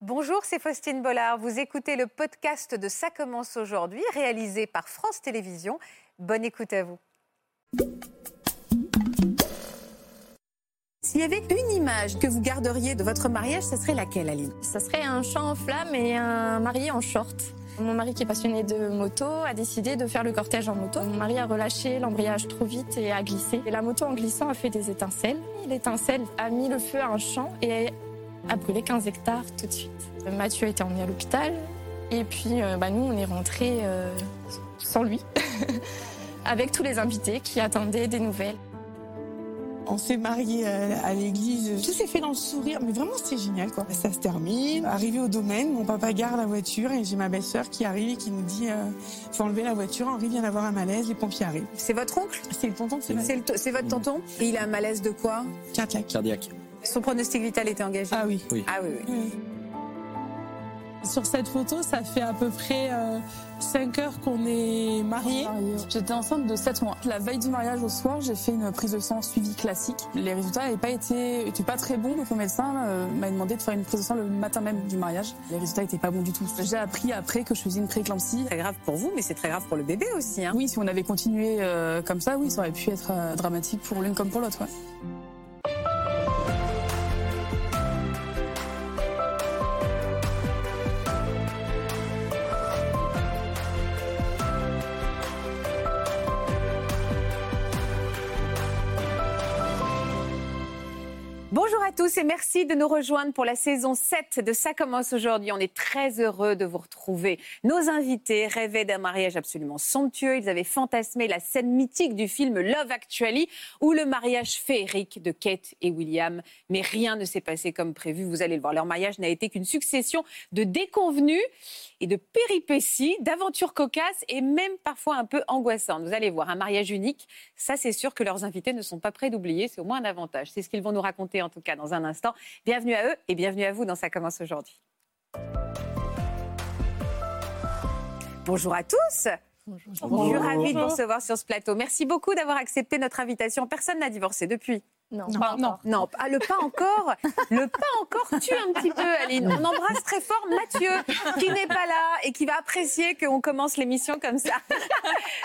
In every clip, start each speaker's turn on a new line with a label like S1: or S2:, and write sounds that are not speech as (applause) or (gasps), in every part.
S1: Bonjour, c'est Faustine Bollard. Vous écoutez le podcast de Ça commence aujourd'hui, réalisé par France Télévisions. Bonne écoute à vous.
S2: S'il y avait une image que vous garderiez de votre mariage, ce serait laquelle, Aline
S3: Ça serait un chat en flamme et un mari en short. Mon mari, qui est passionné de moto, a décidé de faire le cortège en moto. Mon mari a relâché l'embrayage trop vite et a glissé. Et la moto, en glissant, a fait des étincelles. Et L'étincelle a mis le feu à un champ et a brûlé 15 hectares tout de suite. Mathieu a été emmené à l'hôpital. Et puis, euh, bah, nous, on est rentrés euh, sans lui, (laughs) avec tous les invités qui attendaient des nouvelles.
S4: On s'est marié euh, à, à l'église. Tout s'est fait dans le sourire, mais vraiment c'était génial quoi. Ça se termine. Arrivé au domaine, mon papa garde la voiture et j'ai ma belle-sœur qui arrive et qui nous dit euh, faut enlever la voiture. Henri vient d'avoir un malaise, les pompiers arrivent.
S2: C'est votre oncle
S4: C'est le tonton de
S2: C'est
S4: Sébastien.
S2: le to- c'est votre tonton Et il a un malaise de quoi
S4: Cardiaque.
S5: cardiaque.
S2: Son pronostic vital était engagé
S4: Ah oui.
S2: Ah oui, oui.
S4: Oui.
S6: Sur cette photo, ça fait à peu près 5 heures qu'on est mariés.
S7: J'étais enceinte de 7 mois. La veille du mariage au soir, j'ai fait une prise de sang suivie classique. Les résultats n'avaient pas été étaient pas très bons, donc mon médecin euh, m'a demandé de faire une prise de sang le matin même du mariage. Les résultats n'étaient pas bons du tout. J'ai appris après que je faisais une prééclampsie.
S2: Très grave pour vous, mais c'est très grave pour le bébé aussi. Hein.
S7: Oui, si on avait continué euh, comme ça, oui, ça aurait pu être euh, dramatique pour l'une comme pour l'autre. ouais.
S1: Bonjour à tous et merci de nous rejoindre pour la saison 7 de Ça commence aujourd'hui. On est très heureux de vous retrouver. Nos invités rêvaient d'un mariage absolument somptueux. Ils avaient fantasmé la scène mythique du film Love Actually ou le mariage féerique de Kate et William. Mais rien ne s'est passé comme prévu. Vous allez le voir. Leur mariage n'a été qu'une succession de déconvenues et de péripéties, d'aventures cocasses et même parfois un peu angoissantes. Vous allez voir, un mariage unique ça, c'est sûr que leurs invités ne sont pas prêts d'oublier. C'est au moins un avantage. C'est ce qu'ils vont nous raconter, en tout cas, dans un instant. Bienvenue à eux et bienvenue à vous dans Ça commence aujourd'hui. Bonjour à tous. Je suis ravie de vous recevoir sur ce plateau. Merci beaucoup d'avoir accepté notre invitation. Personne n'a divorcé depuis.
S3: Non,
S6: Non,
S3: pas
S6: non.
S3: encore.
S1: Non, ah, le pas encore. Le pas encore tue un petit peu, Aline. On embrasse très fort Mathieu, qui n'est pas là et qui va apprécier qu'on commence l'émission
S3: (laughs)
S1: comme ça.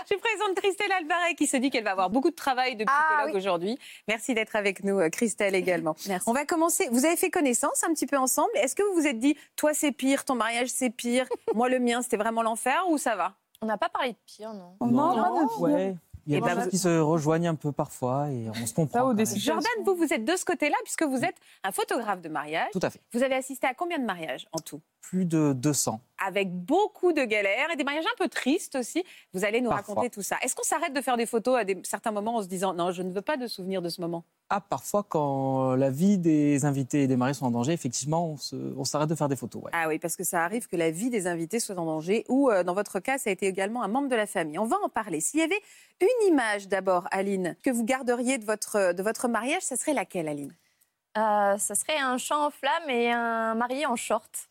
S1: Je vous présente Christelle Albaret, qui se dit qu'elle va avoir beaucoup de travail de psychologue
S2: Ah oui.
S1: aujourd'hui. Merci d'être avec nous,
S3: (laughs)
S1: euh, Christelle également. On va commencer. Vous avez fait connaissance un petit peu ensemble. Est-ce que vous vous êtes dit, toi c'est pire, ton mariage
S3: (laughs)
S1: c'est pire, moi le mien c'était vraiment l'enfer ou ça va
S3: On n'a pas parlé de pire, non.
S5: Non,
S7: Oh pas de fille.
S5: Ouais. Il y a
S1: hein, Et
S5: des
S1: ben,
S5: choses
S1: vous-
S5: qui se rejoignent un peu parfois et on se comprend.
S7: Là, au
S5: quand
S7: dessus.
S5: même.
S1: Jordan, vous, vous êtes de ce côté-là puisque vous êtes un photographe de mariage.
S5: Tout à fait.
S1: Vous avez assisté à combien de mariages en tout
S5: Plus de 200.
S1: avec beaucoup de galères et des mariages un peu tristes aussi. Vous allez nous
S5: Parfois.
S1: raconter tout ça. Est-ce qu'on s'arrête de faire des photos à des- certains moments en se disant non, je ne veux pas de souvenirs de ce moment
S5: Ah, parfois, quand la vie des invités et des mariés sont en danger, effectivement, on se- on s'arrête de faire des photos. ouais.
S1: Ah oui, parce que ça arrive que la vie des invités soit en danger ou euh, dans votre cas, ça a été également un membre de la famille. On va en parler. S'il y avait une image d'abord, Aline, que vous garderiez de votre, de votre mariage, ça serait laquelle, Aline
S3: Euh, ça serait un chat en flamme et un mari en short.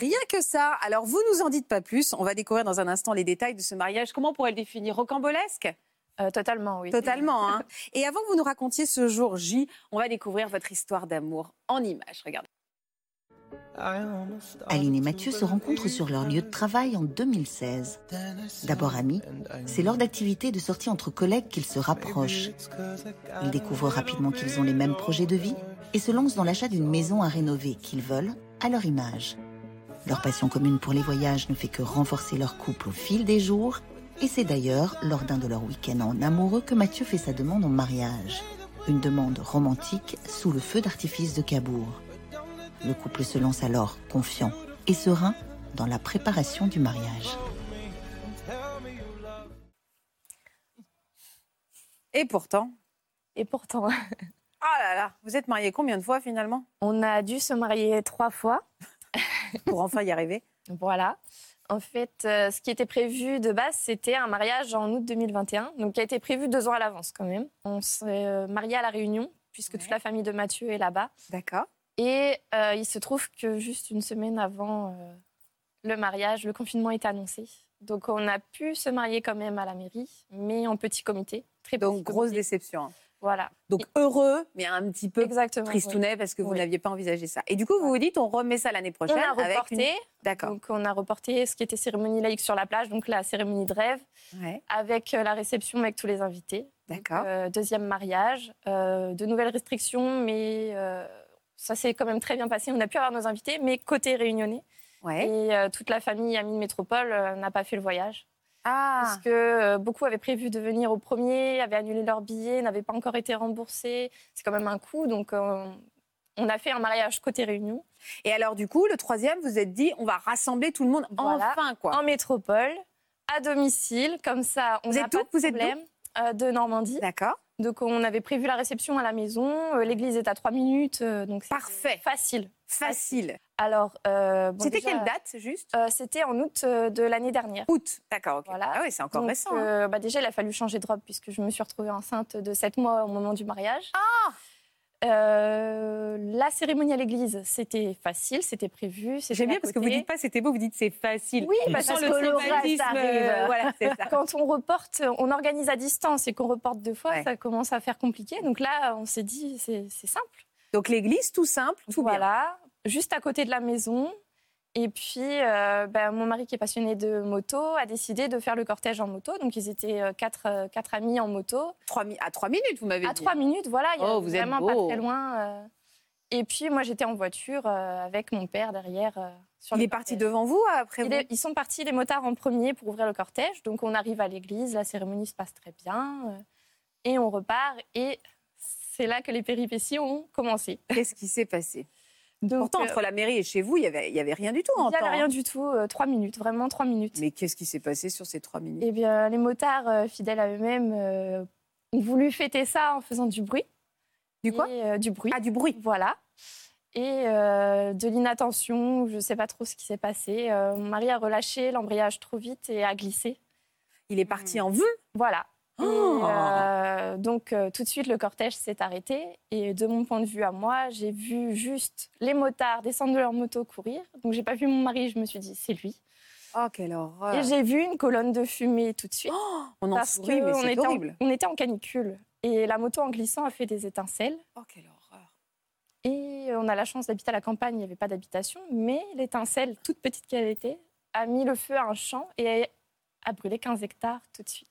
S1: Rien que ça. Alors, vous nous en dites pas plus. On va découvrir dans un instant les détails de ce mariage. Comment on pourrait le définir Rocambolesque
S3: Euh, totalement, oui. (laughs)
S1: Totalement. hein. Et avant que vous nous racontiez ce jour J, on va découvrir votre histoire d'amour en images. Regardez.
S8: Aline et Mathieu se rencontrent sur leur lieu de travail en 2016. D'abord amis, c'est lors d'activités de sortie entre collègues qu'ils se rapprochent. Ils découvrent rapidement qu'ils ont les mêmes projets de vie et se lancent dans l'achat d'une maison à rénover qu'ils veulent à leur image. Leur passion commune pour les voyages ne fait que renforcer leur couple au fil des jours et c'est d'ailleurs lors d'un de leurs week-ends en amoureux que Mathieu fait sa demande en mariage. Une demande romantique sous le feu d'artifice de Cabourg. Le couple se lance alors, confiant et serein, dans la préparation du mariage.
S1: Et pourtant,
S3: Et pourtant,
S1: oh là là, vous êtes mariés combien de fois finalement
S3: on a dû se marier trois (laughs) fois.
S1: pour enfin y arriver
S3: Voilà. En fait, euh, ce qui était prévu de base, c'était un mariage en août 2021, donc qui a été prévu deux ans à l'avance quand même. On s'est euh, mariés à La Réunion, puisque toute
S1: Ouais.
S3: la famille de Mathieu est là-bas.
S1: D'accord.
S3: Et euh, il se trouve que juste une semaine avant euh, le mariage, le confinement est annoncé. Donc on a pu se marier quand même à la mairie, mais en petit comité. Très petit
S1: Donc grosse
S3: comité.
S1: déception. hein.
S3: Voilà,
S1: Donc heureux, mais un petit peu
S3: exactement. oui.
S1: tristounet parce que vous
S3: Oui.
S1: n'aviez pas envisagé ça. Et du coup, vous vous dites, on remet ça l'année
S3: On
S1: prochaine
S3: a
S1: avec une...
S3: reporté,
S1: D'accord.
S3: donc on a reporté ce qui était cérémonie laïque sur la plage, donc la cérémonie de rêve,
S1: Ouais,
S3: avec euh, la réception avec tous les invités.
S1: d'accord.
S3: Euh, deuxième mariage, euh, de nouvelles restrictions, mais euh, ça s'est quand même très bien passé. On a pu avoir nos invités, mais côté réunionnais.
S1: Ouais.
S3: Et euh, toute la famille amie de métropole euh, n'a pas fait le voyage. Parce
S1: Ah,
S3: que euh, beaucoup avaient prévu de venir au premier, avaient annulé leur billet, n'avaient pas encore été remboursés. C'est quand même un coût. Donc, euh, on a fait un mariage côté réunion,
S1: et alors du coup, le troisième, vous êtes dit, on va rassembler tout le monde
S3: Voilà.
S1: enfin, quoi.
S3: en métropole, à domicile. Comme ça, on
S1: Vous
S3: n'a
S1: êtes d'où
S3: pas de
S1: Vous êtes d'où
S3: problème. Euh, de Normandie.
S1: D'accord.
S3: Donc, on avait prévu la réception à la maison. Euh, L'église est à trois minutes. euh, donc c'était
S1: Parfait.
S3: Facile.
S1: Facile.
S3: Alors, euh, bon,
S1: C'était
S3: déjà,
S1: quelle date, juste
S3: euh, C'était en août euh, de l'année dernière.
S1: Août. D'accord, ok.
S3: Voilà.
S1: Ah oui, c'est encore
S3: Donc,
S1: récent. hein.
S3: euh, bah, déjà, il a fallu changer de robe puisque je me suis retrouvée enceinte de 7 mois au moment du mariage.
S1: Ah
S3: Euh, la cérémonie à l'église, c'était facile, c'était prévu. c'était
S1: J'aime
S3: à
S1: bien parce que vous
S3: côté.
S1: dites pas c'était beau, vous dites c'est facile.
S3: Oui,
S1: On
S3: bah,
S1: sent
S3: parce
S1: le
S3: que le
S1: traumatisme,
S3: reste arrive. (laughs)
S1: euh, voilà, c'est ça.
S3: Quand on reporte, on organise à distance et qu'on reporte deux fois,
S1: Ouais.
S3: ça commence à faire compliqué. Donc là, on s'est dit, c'est c'est simple.
S1: Donc l'église, tout simple, tout bien.
S3: voilà, juste à côté de la maison. Et puis, euh, bah, mon mari qui est passionné de moto a décidé de faire le cortège en moto. Donc, ils étaient euh, quatre, euh, quatre amis en moto.
S1: Trois mi- à trois minutes, vous m'avez dit.
S3: À trois minutes, voilà, il y
S1: Oh,
S3: avait
S1: vous êtes
S3: vraiment
S1: beau.
S3: pas très loin. euh. Et puis, moi, j'étais en voiture euh, avec mon père derrière. euh, sur
S1: Il
S3: le
S1: est parti
S3: cortège.
S1: devant vous après
S3: Il
S1: vous
S3: est- ils sont partis, les motards, en premier pour ouvrir le cortège. Donc, on arrive à l'église, la cérémonie se passe très bien. euh, et on repart. Et c'est là que les péripéties ont commencé.
S1: Qu'est-ce qui s'est passé
S3: Donc,
S1: Pourtant,
S3: euh,
S1: entre la mairie et chez vous, il n'y avait, il y avait rien du tout
S3: Il
S1: en
S3: n'y
S1: temps.
S3: avait
S1: hein.
S3: rien du tout, euh, trois minutes, vraiment trois minutes.
S1: Mais qu'est-ce qui s'est passé sur ces trois minutes
S3: Eh bien, les motards, euh, fidèles à eux-mêmes, euh, ont voulu fêter ça en faisant du bruit.
S1: Du quoi
S3: Et, euh, Du bruit.
S1: Ah, du bruit.
S3: Voilà. Et euh, de l'inattention, je ne sais pas trop ce qui s'est passé. Euh, mon mari a relâché l'embrayage trop vite et a glissé. Hmm.
S1: Il est parti en vue.
S3: Voilà. Et,
S1: Oh.
S3: euh, donc euh, tout de suite, le cortège s'est arrêté. Et de mon point de vue à moi, j'ai vu juste les motards descendre de leur moto courir. Donc j'ai pas vu mon mari, je me suis dit, c'est lui.
S1: Oh, quelle horreur.
S3: Et j'ai vu une colonne de fumée tout de suite.
S1: Oh, On en
S3: parce
S1: sourit,
S3: que
S1: mais
S3: on
S1: c'est
S3: était en-
S1: horrible.
S3: on était en canicule. Et la moto en glissant a fait des étincelles.
S1: Oh, quelle horreur.
S3: Et on a la chance d'habiter à la campagne, il n'y avait pas d'habitation, mais l'étincelle, toute petite qu'elle était, a mis le feu à un champ et a brûlé 15 hectares tout de suite.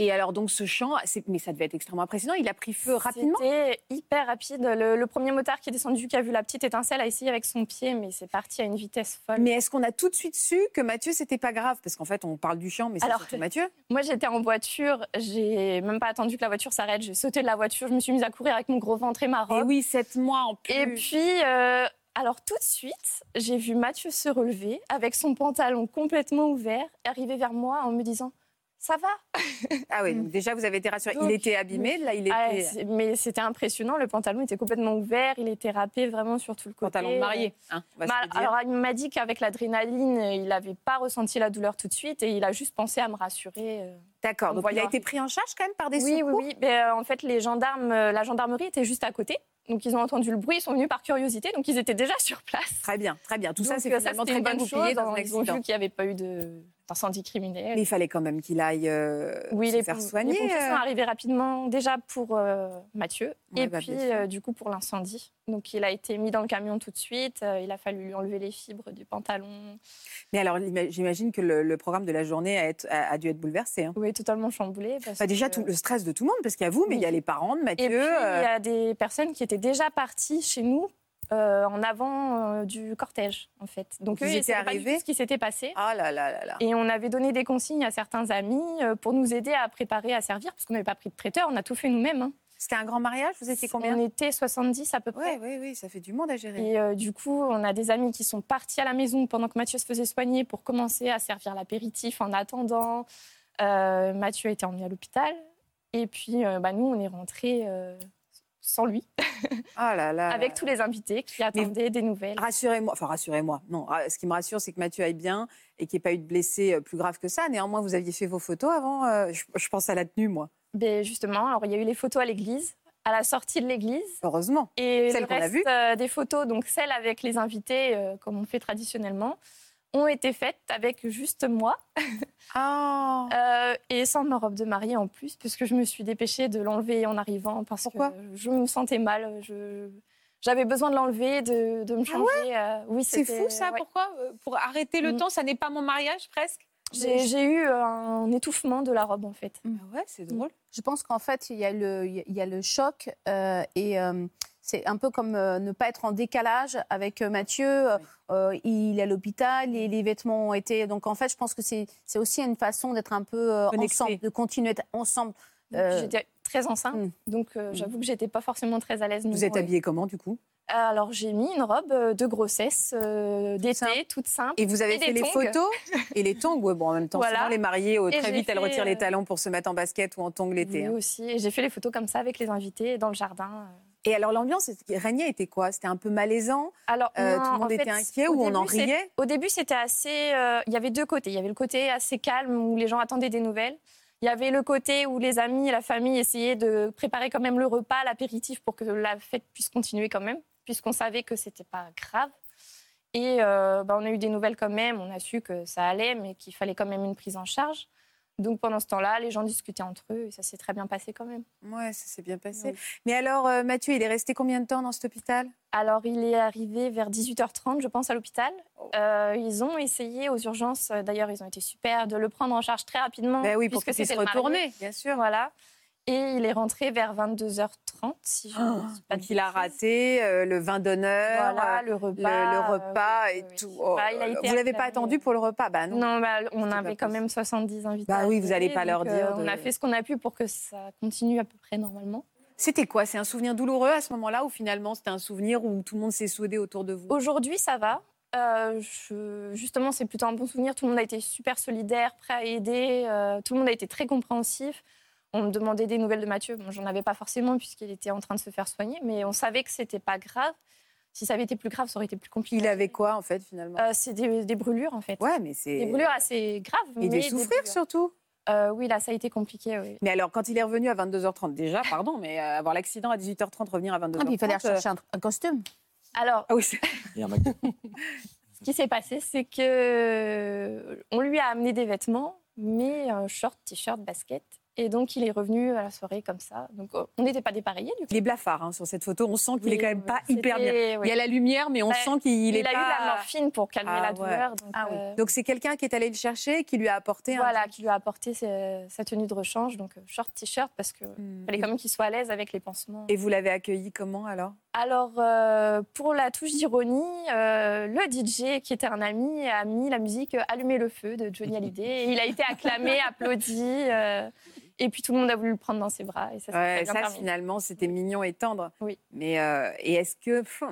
S1: Et alors, donc, ce champ, c'est- mais ça devait être extrêmement impressionnant. Il a pris feu rapidement.
S3: C'était hyper rapide. Le, le premier motard qui est descendu, qui a vu la petite étincelle, a essayé avec son pied, mais c'est parti à une vitesse folle.
S1: Mais est-ce qu'on a tout de suite su que Mathieu, c'était pas grave Parce qu'en fait, on parle du champ, mais c'est
S3: Alors-
S1: surtout Mathieu.
S3: Moi, j'étais en voiture, j'ai même pas attendu que la voiture s'arrête, j'ai sauté de la voiture, je me suis mise à courir avec mon gros ventre et ma robe.
S1: Et Eh oui, sept mois en plus.
S3: Et puis, euh, alors tout de suite, j'ai vu Mathieu se relever avec son pantalon complètement ouvert, arriver vers moi en me disant Ça va (laughs)
S1: Ah oui, donc déjà, vous avez été rassuré.
S3: Donc-
S1: Ah, il était abîmé, là, il était.
S3: Ah, c'est- Mais c'était impressionnant, le pantalon était complètement ouvert, il était râpé vraiment sur tout le côté.
S1: Pantalon de marié, hein, on va se
S3: Mal-
S1: le dire.
S3: Bah, alors, il m'a dit qu'avec l'adrénaline, il n'avait pas ressenti la douleur tout de suite et il a juste pensé à me rassurer. euh.
S1: D'accord,
S3: on
S1: donc
S3: voit
S1: il a
S3: le
S1: été pris en charge quand même par des
S3: Oui, oui,
S1: secours
S3: oui. Mais, euh, en fait, les gendarmes, euh, la gendarmerie était juste à côté. Donc, ils ont entendu le bruit, ils sont venus par curiosité, donc ils étaient déjà sur place.
S1: Très bien, très bien. Tout ça,
S3: Donc,
S1: c'est
S3: euh,
S1: finalement
S3: c'était
S1: très
S3: une
S1: bien
S3: bonne chose.
S1: goupillé dans un
S3: Ils ont
S1: accident.
S3: vu qu'il n'y avait pas eu de- d'incendie criminel.
S1: Mais il fallait quand même qu'il aille euh,
S3: Oui,
S1: se
S3: les,
S1: faire
S3: pom- les
S1: soigner.
S3: pompiers
S1: euh.
S3: sont arrivés rapidement, déjà pour euh, Mathieu,
S1: Ouais,
S3: et
S1: bah,
S3: puis
S1: bien sûr.
S3: euh, du coup pour l'incendie. Donc il a été mis dans le camion tout de suite, euh, il a fallu lui enlever les fibres du pantalon.
S1: Mais alors, l'ima- j'imagine que le, le programme de la journée a, être- a- a dû être bouleversé. hein.
S3: Oui, totalement chamboulé. parce
S1: Bah, déjà,
S3: que-
S1: tout, le stress de tout le monde, parce qu'il y a vous, mais il y a les parents de Mathieu.
S3: Et puis il
S1: euh,
S3: y a des personnes qui étaient déjà parties chez nous euh, en avant euh, du cortège, en fait. Donc
S1: Ils
S3: eux, ils
S1: étaient
S3: savaient pas du
S1: arrivés
S3: tout ce qui s'était passé.
S1: Ah là là là là.
S3: Et on avait donné des consignes à certains amis euh, pour nous aider à préparer, à servir, parce qu'on n'avait pas pris de traiteur, on a tout fait nous-mêmes. hein.
S1: C'était un grand mariage Vous étiez combien
S3: On était 70 à peu près.
S1: Oui, oui, oui, ça fait du monde à gérer.
S3: Et euh, du coup, on a des amis qui sont partis à la maison pendant que Mathieu se faisait soigner pour commencer à servir l'apéritif en attendant. Euh, Mathieu a été emmené à l'hôpital. Et puis, euh, bah, nous, on est rentrés euh, sans lui,
S1: Ah là là.
S3: avec
S1: là
S3: tous les invités qui attendaient des nouvelles.
S1: Rassurez-moi, enfin rassurez-moi, non, ra- ce qui me rassure, c'est que Mathieu aille bien et qu'il n'y ait pas eu de blessés euh, plus graves que ça. Néanmoins, vous aviez fait vos photos avant, euh, je, je pense à la tenue, moi,
S3: Mais Ben, justement, alors il y a eu les photos à l'église, à la sortie de l'église.
S1: heureusement.
S3: Et
S1: Celles
S3: le
S1: qu'on a
S3: reste
S1: vues.
S3: euh, des photos, donc celles avec les invités, euh, comme on fait traditionnellement. ont été faites avec juste
S1: (laughs)
S3: moi
S1: Ah.
S2: Oh.
S3: euh, et sans ma robe de mariée en plus, puisque je me suis dépêchée de l'enlever en arrivant parce
S2: Pourquoi
S3: que je me sentais mal. Je... J'avais besoin de l'enlever, de, de me changer. euh, oui,
S1: Ah C'est
S3: c'était-
S1: fou ça,
S3: ouais.
S1: pourquoi Euh, Pour arrêter le
S3: Mm.
S1: temps, ça n'est pas mon mariage presque
S3: J'ai j'ai eu euh, un étouffement de la robe en fait. Mm.
S1: Ah ouais, c'est drôle.
S9: Je pense qu'en fait, il y a le, il y a le choc euh, et euh, c'est un peu comme euh, ne pas être en décalage avec euh, Mathieu. Euh, il est à l'hôpital, les, les vêtements ont été. Donc en fait, je pense que c'est c'est aussi une façon d'être un peu euh,
S1: Connecté.
S9: ensemble, de continuer à être ensemble.
S3: Donc,
S9: Euh,
S3: J'étais très enceinte,
S9: Mm.
S3: donc euh, j'avoue que j'étais pas forcément très à l'aise.
S1: Vous
S3: niveau-
S1: êtes habillée comment du coup
S3: Euh, Alors j'ai mis une robe euh, de grossesse euh, d'été, toute simple.
S1: Et vous avez
S3: Et
S1: fait
S3: des
S1: les
S3: tongs. (laughs)
S1: photos et les tongs. ouais, bon, en même temps,
S3: Voilà.
S1: souvent les mariées, euh,
S3: Et
S1: très
S3: j'ai
S1: vite, elles
S3: fait,
S1: retirent
S3: euh,
S1: les talons pour se mettre en basket ou en tongs l'été.
S3: Oui,
S1: hein.
S3: aussi. Et j'ai fait les photos comme ça avec les invités dans le jardin. euh.
S1: Et alors, l'ambiance qui régnait était quoi C'était un peu malaisant
S3: Alors
S1: Euh,
S3: non,
S1: Tout le
S3: en
S1: monde était
S3: fait,
S1: inquiet
S3: au
S1: ou on
S3: début,
S1: en
S3: c'est-
S1: riait
S3: Au début, c'était assez. euh, Il y avait deux côtés. Il y avait le côté assez calme où les gens attendaient des nouvelles. Il y avait le côté où les amis et la famille essayaient de préparer quand même le repas, l'apéritif pour que la fête puisse continuer quand même, puisqu'on savait que c'était pas grave. Et euh, bah, on a eu des nouvelles quand même. On a su que ça allait, mais qu'il fallait quand même une prise en charge. Donc pendant ce temps-là, les gens discutaient entre eux et ça s'est très bien passé quand même.
S1: Ouais, ça s'est bien passé. Mais alors, euh, Mathieu, il est resté combien de temps dans cet hôpital
S3: Alors, il est arrivé vers 18h30, je pense, à l'hôpital.
S1: Oh.
S3: Euh, ils ont essayé aux urgences, euh, d'ailleurs, ils ont été super, de le prendre en charge très rapidement.
S1: Ben oui, pour
S3: puisque
S1: qu'il puisse
S3: c'était le marié.
S1: retourner, bien sûr.
S3: Voilà. Et il est rentré vers 22h30, si je
S1: Oh,
S3: ne dis pas de
S1: Donc, il a
S3: bêtises.
S1: raté euh, le vin d'honneur,
S3: Voilà,
S1: euh,
S3: le
S1: le,
S3: repas.
S1: le
S3: euh,
S1: repas
S3: oui,
S1: et
S3: oui.
S1: tout. Oh
S3: Bah, il a
S1: là là.
S3: été
S1: vous l'avez pas
S3: acclamé.
S1: attendu pour le repas bah, non.
S3: Non, bah, on
S1: C'était
S3: avait
S1: pas
S3: quand même 70 invités.
S1: Bah oui,
S3: à
S1: vous allez pas
S3: accueillir,
S1: leur
S3: donc,
S1: dire
S3: euh, On
S1: de-
S3: a fait ce qu'on a pu pour que ça continue à peu près normalement.
S1: C'était quoi C'est un souvenir douloureux à ce moment-là ou finalement c'était un souvenir où tout le monde s'est soudé autour de vous
S3: Aujourd'hui, ça va. Euh, je- Justement, c'est plutôt un bon souvenir. Tout le monde a été super solidaire, prêt à aider. Euh, tout le monde a été très compréhensif. On me demandait des nouvelles de Mathieu. Bon, j'en avais pas forcément puisqu'il était en train de se faire soigner, mais on savait que c'était pas grave. Si ça avait été plus grave, ça aurait été plus compliqué.
S1: Il avait quoi en fait finalement
S3: Euh, C'est des, des brûlures en fait.
S1: Ouais, mais
S3: Des
S1: c'est.
S3: brûlures assez graves.
S1: Et de
S3: mais
S1: souffrir
S3: brûlures.
S1: surtout.
S3: Euh, oui, là, ça a été compliqué. oui.
S1: Mais alors, quand il est revenu à 22h30, déjà, pardon, mais euh, avoir l'accident à 18h30, revenir à 22h30.
S9: Ah, puis il fallait
S1: euh,
S9: rechercher un, un costume.
S3: Alors,
S1: Ah
S3: (laughs)
S1: oui, c'est-
S5: Et un McDo.
S3: ce qui s'est passé, c'est que on lui a amené des vêtements, mais un short, t-shirt, basket. Et donc, il est revenu à la soirée comme ça. Donc, euh, on n'était pas dépareillés, du coup.
S1: il est blafard hein, sur cette photo. On sent qu'il est quand même pas
S3: C'était-
S1: hyper bien.
S3: oui.
S1: Il y a la lumière, mais on
S3: Bah,
S1: sent qu'il
S3: Il,
S1: est
S3: a eu la
S1: pas.
S3: morphine pour calmer
S1: Ah,
S3: la
S1: ouais.
S3: douleur. Donc,
S9: Ah oui.
S3: euh,
S1: Donc c'est quelqu'un qui est allé le chercher, qui lui a apporté un.
S3: voilà, qui lui a apporté ce- sa tenue de rechange, donc euh, short, t-shirt, parce qu'il
S1: Hmm.
S3: fallait quand même qu'il soit à l'aise avec les pansements.
S1: Et vous l'avez accueilli comment alors
S3: Alors, euh, pour la touche d'ironie, euh, le DJ, qui était un ami, a mis la musique euh, Allumer le feu de Johnny Hallyday. Et il a été
S1: (laughs)
S3: acclamé, applaudi. euh, et puis tout le monde a voulu le prendre dans ses bras. Et ça, s'est
S1: Ouais,
S3: très bien
S1: ça,
S3: terminé.
S1: finalement, c'était mignon et tendre.
S3: Oui.
S1: Mais euh, et est-ce que pff,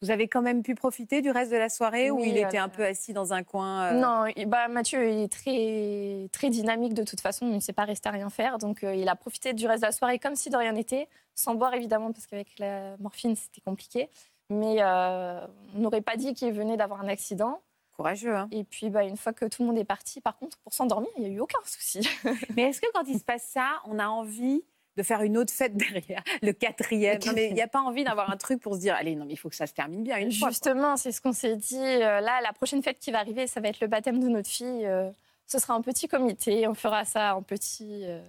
S1: vous avez quand même pu profiter du reste de la soirée où
S3: Oui,
S1: il
S3: euh,
S1: était un peu assis dans un coin euh,
S3: Non, et bah, Mathieu il est très, très dynamique de toute façon, il ne s'est pas resté à rien faire. Donc euh, il a profité du reste de la soirée comme si de rien n'était, sans boire évidemment, parce qu'avec la morphine c'était compliqué. Mais euh, on n'aurait pas dit qu'il venait d'avoir un accident.
S1: Courageux. hein.
S3: Et puis bah, une fois que tout le monde est parti, par contre, pour s'endormir, il n'y a eu aucun souci. (laughs)
S1: Mais est-ce que quand il se passe ça, on a envie de faire une autre fête (laughs) derrière, le quatrième Non, mais il n'y a pas envie d'avoir un truc pour se dire, allez, non, mais il faut que ça se termine bien une fois. quoi.
S3: Justement, c'est ce qu'on s'est dit. Euh, Là, la prochaine fête qui va arriver, ça va être le baptême de notre fille. Euh, Ce sera un petit comité, on fera ça en petit. euh,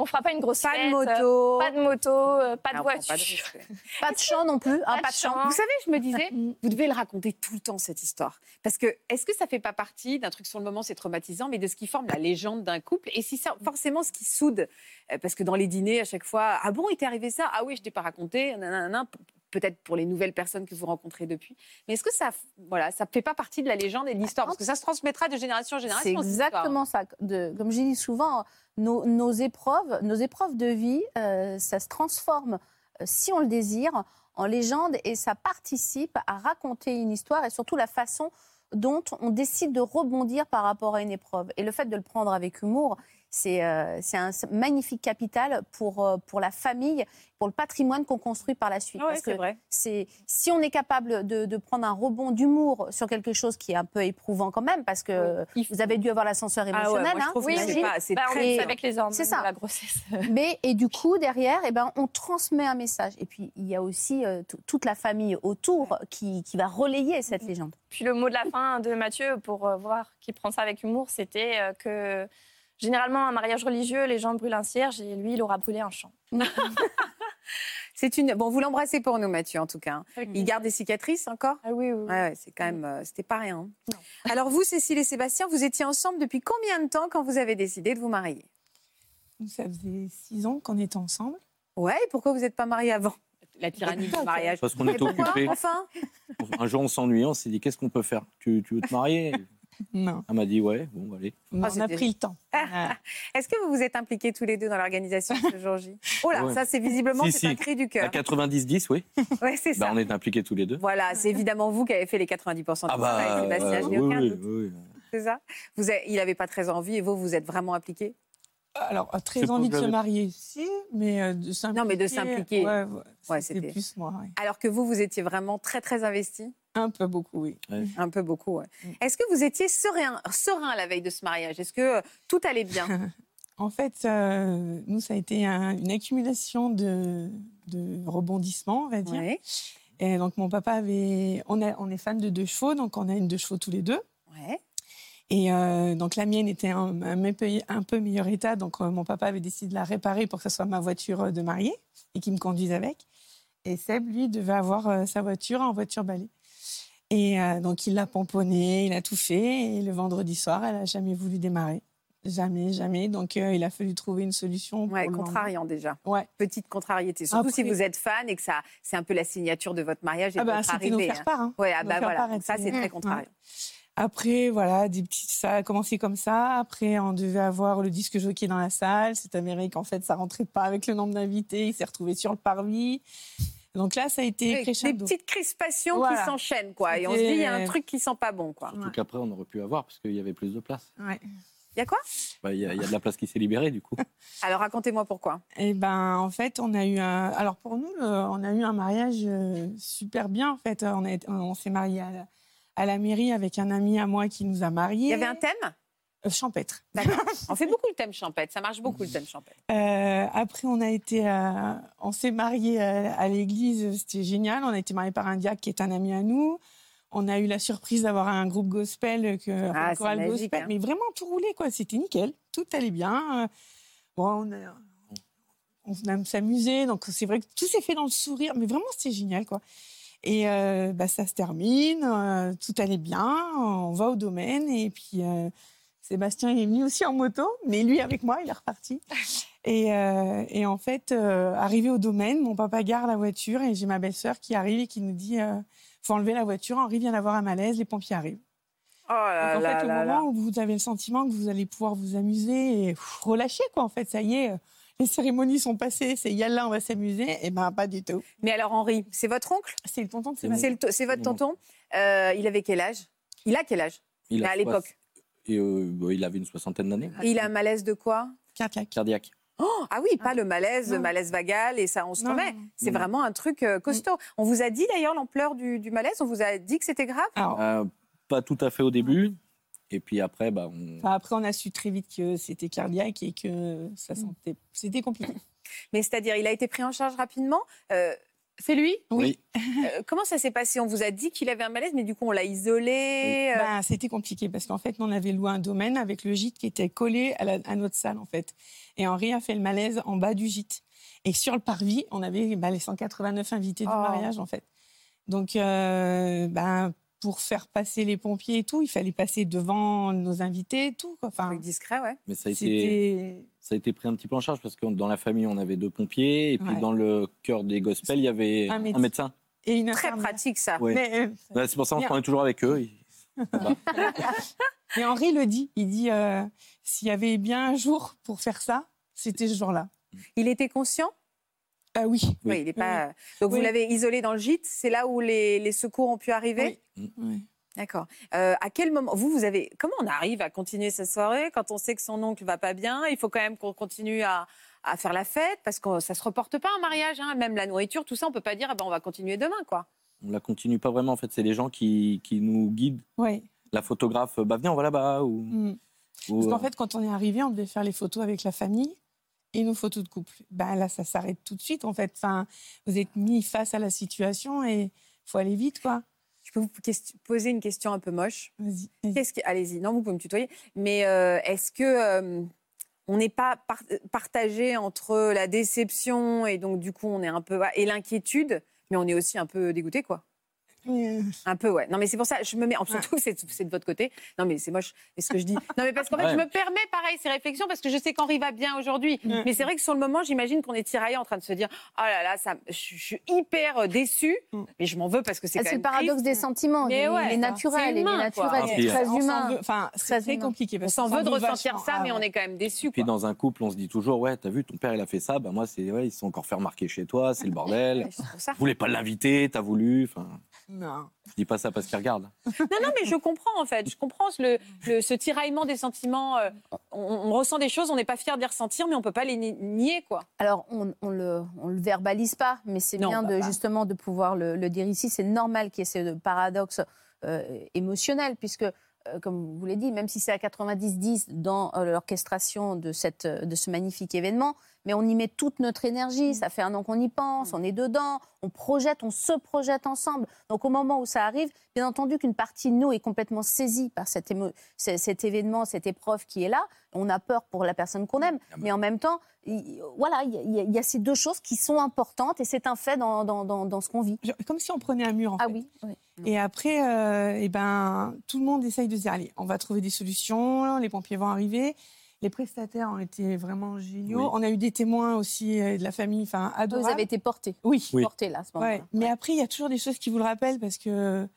S3: On fera pas une grosse
S1: Pas de
S3: fête, euh,
S1: moto.
S3: pas de moto, euh, pas de
S1: Ah, on prend
S3: voiture.
S1: risque.
S9: (laughs) Pas de chant non plus. hein, pas de chant. Mm.
S1: Vous savez, je me disais, vous devez le raconter tout le temps, cette histoire. Parce que, est-ce que ça fait pas partie d'un truc sur le moment, c'est traumatisant, mais de ce qui forme la légende d'un couple Et si ça, forcément, ce qui soude euh, Parce que dans les dîners, à chaque fois, ah bon, il t'est arrivé ça Ah oui, je t'ai pas raconté, nanana, p- peut-être pour les nouvelles personnes que vous rencontrez depuis. Mais est-ce que ça, voilà, ça fait pas partie de la légende et de l'histoire Parce que ça se transmettra de génération en
S9: Ah, C'est
S1: génération. cette histoire. hein.
S9: exactement ça. De- comme je dis souvent, nos, nos épreuves, nos épreuves de vie, euh, ça se transforme, euh, si on le désire, en légende et ça participe à raconter une histoire et surtout la façon dont on décide de rebondir par rapport à une épreuve. Et le fait de le prendre avec humour, c'est euh, c'est un magnifique capital pour, euh, pour la famille, pour le patrimoine qu'on construit par la suite.
S1: Ouais,
S9: Parce
S1: c'est
S9: que
S1: vrai.
S9: c'est- si on est capable de, de prendre un rebond d'humour sur quelque chose qui est un peu éprouvant quand même, parce que vous avez dû avoir l'ascenseur
S1: Ah ouais, moi,
S9: émotionnel,
S1: je
S9: hein,
S1: trouve que c'est
S9: j'imagine.
S1: pas- c'est
S3: Bah, on
S1: très-
S3: est avec les hormones
S9: C'est ça.
S3: de la grossesse.
S9: (laughs) Mais et du coup derrière, eh ben on transmet un message. Et puis il y a aussi euh, tout- toute la famille autour qui, qui va relayer cette
S1: Mm.
S9: légende.
S3: Puis le mot de la fin de Mathieu, pour euh, voir qu'il prend ça avec humour, c'était euh, que généralement, un mariage religieux, les gens brûlent un cierge et lui, il aura brûlé un champ.
S1: C'est une. Bon, vous l'embrassez pour nous, Mathieu, en tout cas. hein. Il garde des cicatrices encore
S3: Ah oui, oui. oui.
S1: Ouais, ouais, c'est quand même. euh, C'était pas rien. hein. Alors, vous, Cécile et Sébastien, vous étiez ensemble depuis combien de temps quand vous avez décidé de vous marier
S4: Nous, ça faisait six ans qu'on était ensemble.
S1: Ouais, et pourquoi vous n'êtes pas mariés avant
S10: La
S1: tyrannie du mariage.
S10: Parce qu'on est
S1: Et pourquoi,
S10: occupé.
S1: Enfin,
S10: Un jour, on s'ennuyait, on s'est dit qu'est-ce qu'on peut faire tu, tu veux te marier
S4: Non.
S10: Elle m'a dit ouais, bon, allez.
S4: Mais
S1: Ah,
S4: on a
S1: c'était-
S4: pris le temps.
S1: (laughs) est-ce que vous vous êtes impliqués tous les deux dans l'organisation de ce jour J Oh là,
S10: Ah Ouais.
S1: ça, c'est visiblement
S10: Si,
S1: c'est
S10: si.
S1: un cri du
S10: À
S1: cœur.
S10: 90-10, oui.
S1: (laughs) Ouais, c'est
S10: Bah,
S1: ça.
S10: on est impliqués tous les deux.
S1: Voilà, c'est évidemment vous qui avez fait les 90% de
S10: Ah
S1: travail,
S10: bah,
S1: Sébastien,
S10: euh,
S1: je
S10: oui,
S1: n'ai aucun
S10: oui,
S1: doute,
S10: oui,
S1: c'est ça vous avez- Il n'avait pas très envie et vous, vous êtes vraiment impliqué
S4: Alors, euh,
S10: Je
S4: très
S10: pense
S4: envie
S10: que
S4: de se
S10: j'avais-
S4: marier, si, mais euh, de s'impliquer.
S1: Non, mais de s'impliquer.
S4: Ouais, ouais,
S1: Ouais,
S4: c'était
S1: c'était-
S4: plus moi. ouais.
S1: Alors que vous, vous étiez vraiment très, très investi
S4: Un peu beaucoup, oui. Mm.
S1: Un peu beaucoup, ouais. Est-ce que vous étiez serein, serein la veille de ce mariage Est-ce que euh, tout allait
S4: (laughs)
S1: bien
S4: En fait, euh, nous, ça a été un- une accumulation de, de rebondissements, on va dire.
S1: Ouais,
S4: Et donc, mon papa avait. On, a- on est fan de deux chevaux, donc on a une deux chevaux tous les deux.
S1: ouais.
S4: Et euh, donc, la mienne était un, un me- un peu meilleur état. Donc, euh, mon papa avait décidé de la réparer pour que ce soit ma voiture euh, de mariée et qu'il me conduise avec. Et Seb, lui, devait avoir euh, sa voiture en voiture balai. Et euh, donc, il l'a pomponnée, il a tout fait. Et le vendredi soir, elle n'a jamais voulu démarrer. Jamais, jamais. Donc, euh, il a fallu trouver une solution.
S1: Ouais,
S4: pour le
S1: contrariant déjà.
S4: lendemain. Oh Ouais.
S1: Petite contrariété. Surtout si
S4: Après-
S1: vous êtes fan et que ça, c'est un peu la signature de votre mariage et
S4: Ah
S1: de
S4: bah,
S1: votre
S4: c'était nos
S1: arrivée.
S4: faire
S1: hein.
S4: part. hein.
S1: Ouais, ah
S4: Nos
S1: bah
S4: faire
S1: voilà.
S4: part, Mmh.
S1: Donc ça,
S4: elles
S1: c'est
S4: étaient-
S1: très contrariant.
S4: Après, voilà, des petites, ça a commencé comme ça. Après, on devait avoir le disque jockey dans la salle. C'est avéré qu'en fait, ça rentrait pas avec le nombre d'invités. Il s'est retrouvé sur le parvis. Donc là, ça a été
S1: Oui, Des
S4: crescendo.
S1: petites crispations qui
S4: Voilà.
S1: s'enchaînent, quoi. Et on se dit, hein. il y a un
S4: C'était-
S1: truc qui sent pas bon, quoi.
S10: Surtout
S4: Ouais.
S10: qu'après, on aurait pu avoir parce qu'il y avait plus de place.
S4: Ouais.
S1: Il y a quoi
S10: Bah, Il y, a- il y a de la place qui s'est libérée, du coup.
S1: Alors racontez-moi pourquoi.
S4: Et ben, en fait, on a eu un. Alors pour nous, le- on a eu un mariage euh, super bien. En fait, on, a été- on s'est marié à la, à la mairie avec un ami à moi qui nous a mariés.
S1: Il y avait un thème
S4: Euh, champêtre.
S1: D'accord. On fait beaucoup le thème champêtre. Ça marche beaucoup le thème champêtre.
S4: Euh, après, on a été, euh, on s'est mariés euh, à, l'église, c'était génial. On a été mariés par un diacre qui est un ami à nous. On a eu la surprise d'avoir un groupe gospel, que, enfin,
S1: Ah,
S4: un
S1: c'est magique, hein.
S4: mais vraiment tout roulait quoi. C'était nickel, tout allait bien. Euh, Bon, on a, on aime s'amuser, donc c'est vrai que tout s'est fait dans le sourire, mais vraiment c'était génial quoi. Et euh, bah, ça se termine, euh, tout allait bien, on va au domaine et puis euh, Sébastien il est venu aussi en moto, mais lui avec moi, il est
S2: (laughs)
S4: reparti. Et, euh, et en fait, euh, arrivé au domaine, mon papa gare la voiture et j'ai ma belle-sœur qui arrive et qui nous dit euh, faut enlever la voiture, Henri vient d'avoir un malaise, les pompiers arrivent.
S1: Oh là
S4: Donc, en
S1: là
S4: fait, au
S1: là
S4: moment
S1: là.
S4: où vous avez le sentiment que vous allez pouvoir vous amuser et pff, relâcher, quoi, en fait, ça y est, euh, les cérémonies sont passées, c'est yalla, on va s'amuser, et ben pas du tout.
S1: Mais alors Henri, c'est votre oncle
S4: C'est le tonton de
S10: C'est mon-
S4: Sébastien.
S1: C'est le to- c'est votre
S10: Mon oncle.
S1: tonton Euh, Il avait quel âge Il a quel âge
S10: Il
S1: Mais Bah, à l'époque.
S10: soix- Et euh, bah, il avait une soixantaine d'années.
S1: Et Il a un malaise de quoi
S4: Cardiaque.
S10: Cardiaque.
S1: Oh, Ah oui, pas le malaise,
S4: Non.
S1: malaise vagal et ça on se
S4: Non,
S1: remet.
S4: non, non.
S1: C'est
S10: Non.
S1: vraiment un truc euh, costaud. On vous a dit d'ailleurs l'ampleur du, du malaise, on vous a dit que c'était grave
S4: Alors,
S10: Euh, pas tout à fait au début. Et puis après, bah, on...
S4: enfin, après, on a su très vite que euh, c'était cardiaque et que ça
S1: Mm.
S4: sentait. C'était compliqué.
S1: Mais c'est-à-dire, il a été pris en charge rapidement Euh, c'est lui
S10: oui.
S4: (laughs)
S1: Euh, Comment ça s'est passé On vous a dit qu'il avait un malaise, mais du coup, on l'a isolé. euh,
S4: Bah, c'était compliqué parce qu'en fait, nous, on avait loué un domaine avec le gîte qui était collé à, la- à notre salle, en fait. Et Henri a fait le malaise en bas du gîte. Et sur le parvis, on avait bah, les 189 invités du
S1: Oh.
S4: mariage, en fait. Donc, euh, bah, pour faire passer les pompiers et tout, il fallait passer devant nos invités et tout. quoi. Enfin,
S1: truc discret, ouais.
S10: Mais ça a été.
S4: c'était.
S10: ça a été pris un petit peu en charge parce que dans la famille, on avait deux pompiers. Et puis
S4: Ouais.
S10: dans le cœur des gospels, il y avait
S4: Un
S10: un
S4: médecin.
S10: médecin.
S4: Et une
S1: Très
S4: infirmière.
S1: pratique, ça.
S10: Ouais.
S4: Mais, euh,
S10: Ouais, c'est pour ça qu'on
S4: Bien.
S10: travaille toujours avec eux.
S4: mais Henri le dit. Il dit euh, s'il y avait bien un jour pour faire ça, c'était ce jour-là.
S1: Il était conscient
S4: Ah oui.
S1: Oui,
S10: Oui.
S1: il est pas. Donc, vous
S4: Oui.
S1: l'avez isolé dans le gîte, c'est là où les, les secours ont pu arriver
S4: Oui. Ouais.
S1: D'accord. Euh, à quel moment vous vous avez comment on arrive à continuer cette soirée quand on sait que son oncle va pas bien Il faut quand même qu'on continue à, à faire la fête parce que ça se reporte pas un mariage, hein. même la nourriture, tout ça, on peut pas dire eh ben, on va continuer demain quoi.
S10: On la continue pas vraiment, en fait. C'est les gens qui, qui nous guident.
S4: Ouais.
S10: La photographe, bah viens, on va là-bas. Ou,
S4: Mm.
S10: ou,
S4: Parce qu'en
S10: euh,
S4: fait, quand on est arrivé, on devait faire les photos avec la famille et nos photos de couple. Ben là, ça s'arrête tout de suite, en fait. Enfin, vous êtes mis face à la situation et faut aller vite, quoi.
S1: Je peux vous question- poser une question un peu moche.
S4: Vas-y.
S1: Qu'est-ce qui... Allez-y, non, vous pouvez me tutoyer. Mais euh, est-ce que euh, on n'est pas par- partagé entre la déception et donc du coup on est un peu et l'inquiétude, mais on est aussi un peu dégoûté quoi. Un peu, ouais. Non, mais c'est pour ça, je me mets. En surtout, c'est c'est de votre côté. Non, mais c'est moche. Et ce que je dis. Non, mais parce qu'en fait,
S11: Ouais.
S1: je me permets, pareil, ces réflexions, parce que je sais qu'Henri va bien aujourd'hui.
S11: Mm.
S1: Mais c'est vrai que sur le moment, j'imagine qu'on est tiraillé en train de se dire Oh là là, ça, je, je suis hyper euh, déçue, mais je m'en veux parce que c'est
S9: Mm. Ah,
S1: quand
S9: C'est le
S1: même
S9: paradoxe
S1: triste.
S9: des sentiments.
S1: Mais
S9: il,
S1: ouais,
S9: est naturel, il est
S1: humain, quoi.
S9: naturel, c'est très
S4: On s'en veut-
S9: humain.
S4: Enfin, c'est très compliqué.
S1: On
S4: parce
S1: s'en
S4: qu'on
S1: veut de
S4: vachement-
S1: ressentir ça,
S4: Ah
S1: mais on
S4: ouais.
S1: est quand même déçu.
S10: Puis dans un couple, on se dit toujours, ouais, t'as vu, ton père, il a fait ça, bah moi, c'est, ouais, ils se sont encore fait remarquer chez toi, c'est le
S4: (laughs)
S10: bordel.
S1: ça.
S10: Vous voulez pas l'inviter, t'as voulu. Enfin,
S4: Non.
S10: je dis pas ça parce qu'ils regardent.
S1: Non, non, mais je comprends en fait. Je comprends ce, le, le- ce tiraillement des sentiments. euh, on, on ressent des choses, on n'est pas fier de les ressentir, mais on peut pas les ni- nier, quoi.
S9: Alors, on, on le, on le verbalise pas, mais c'est
S1: Non,
S9: bien
S1: bah,
S9: de,
S1: bah.
S9: justement de pouvoir le, le dire ici. C'est normal qu'il y ait ce paradoxe euh, émotionnel, puisque, euh, comme vous l'avez dit, même si c'est à 90-10 dans euh, l'orchestration de, cette, euh, de ce magnifique événement, mais on y met toute notre
S1: Mmh.
S9: énergie. Ça fait un an qu'on y pense, on est dedans, on projette, on se projette ensemble. Donc, au moment où ça arrive, bien entendu qu'une partie de nous est complètement saisie par cet, émo- ce- cet événement, cette épreuve qui est là. On a peur pour la personne qu'on aime, mais en même temps, il- voilà, il y, a- il y a- il y a ces deux choses qui sont importantes et c'est un fait dans, dans- dans- dans ce qu'on vit.
S4: Comme si on prenait un mur, en
S9: ah oui, oui.
S4: Et après, euh, eh ben, tout le monde essaye de se dire, allez, on va trouver des solutions, les pompiers vont arriver. Les prestataires ont été vraiment géniaux.
S9: Oui.
S4: On a eu des témoins aussi euh, de la famille, enfin,
S9: Vous
S4: adorables.
S9: avez été porté.
S4: Oui.
S9: Porté là, à ce moment-là.
S4: Ouais. Mais après, il y a toujours des choses qui vous le rappellent parce que,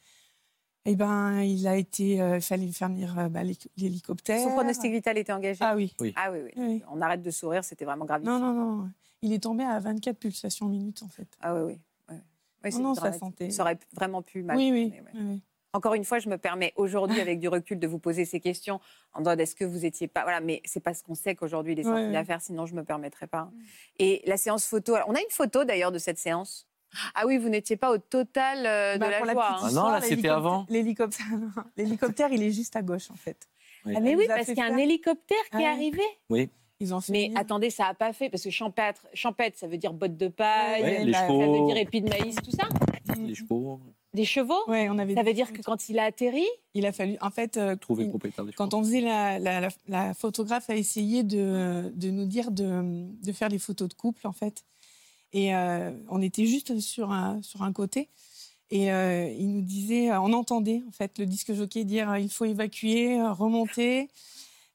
S4: eh ben, il a été, euh, il fallait faire venir euh, bah, l'hélic- l'hélicoptère.
S1: Son pronostic vital était engagé.
S4: Ah oui.
S10: Oui.
S1: Ah oui, oui. On arrête de sourire, c'était vraiment grave.
S4: Non, non, non. Il est tombé à 24 pulsations minutes en fait.
S1: Ah oui, oui. oui. Oui,
S4: Non,
S1: c'est
S4: non, ça
S1: dramatique.
S4: sentait.
S1: Ça aurait p- vraiment pu mal.
S4: Oui, oui.
S1: tourner, ouais.
S4: oui.
S1: Encore une fois, je me permets aujourd'hui, avec du recul, de vous poser ces questions en mode est-ce que vous étiez pas. Voilà, mais c'est parce qu'on sait qu'aujourd'hui, il est sorti
S11: Ouais, ouais.
S1: d'affaires, sinon je me permettrais pas. Et la séance photo, alors, on a une photo d'ailleurs de cette séance. Ah oui, vous n'étiez pas au total euh, de
S4: Bah,
S1: la
S4: pour
S1: joie.
S4: la
S1: hein.
S4: petite
S10: Ah
S4: histoire, l'hélicoptère- L'hélicoptère, l'hélicoptère, il est juste à gauche en fait.
S10: Oui.
S1: Ah, mais oui, parce qu'il y a un hélicoptère qui est
S4: Ouais.
S1: arrivé.
S10: Oui.
S4: Ils ont
S1: mais attendez, ça n'a pas fait, parce que champêtre, champêtre, ça veut dire botte de paille,
S10: Ouais, les
S1: ça veut
S10: chevaux.
S1: dire épi de maïs, tout ça.
S10: Les chevaux,
S1: Des chevaux
S4: Ouais, on avait
S1: Ça veut dire que quand il a atterri,
S4: il a fallu. En fait, euh,
S10: trouver
S4: il-
S10: le propriétaire des chevaux.
S4: quand on faisait la, la- la- la photographe a essayé de, de nous dire de, de faire des photos de couple en fait. Et euh, on était juste sur un, sur un côté. Et euh, il nous disait, on entendait en fait le disque jockey dire euh, il faut évacuer, euh, remonter,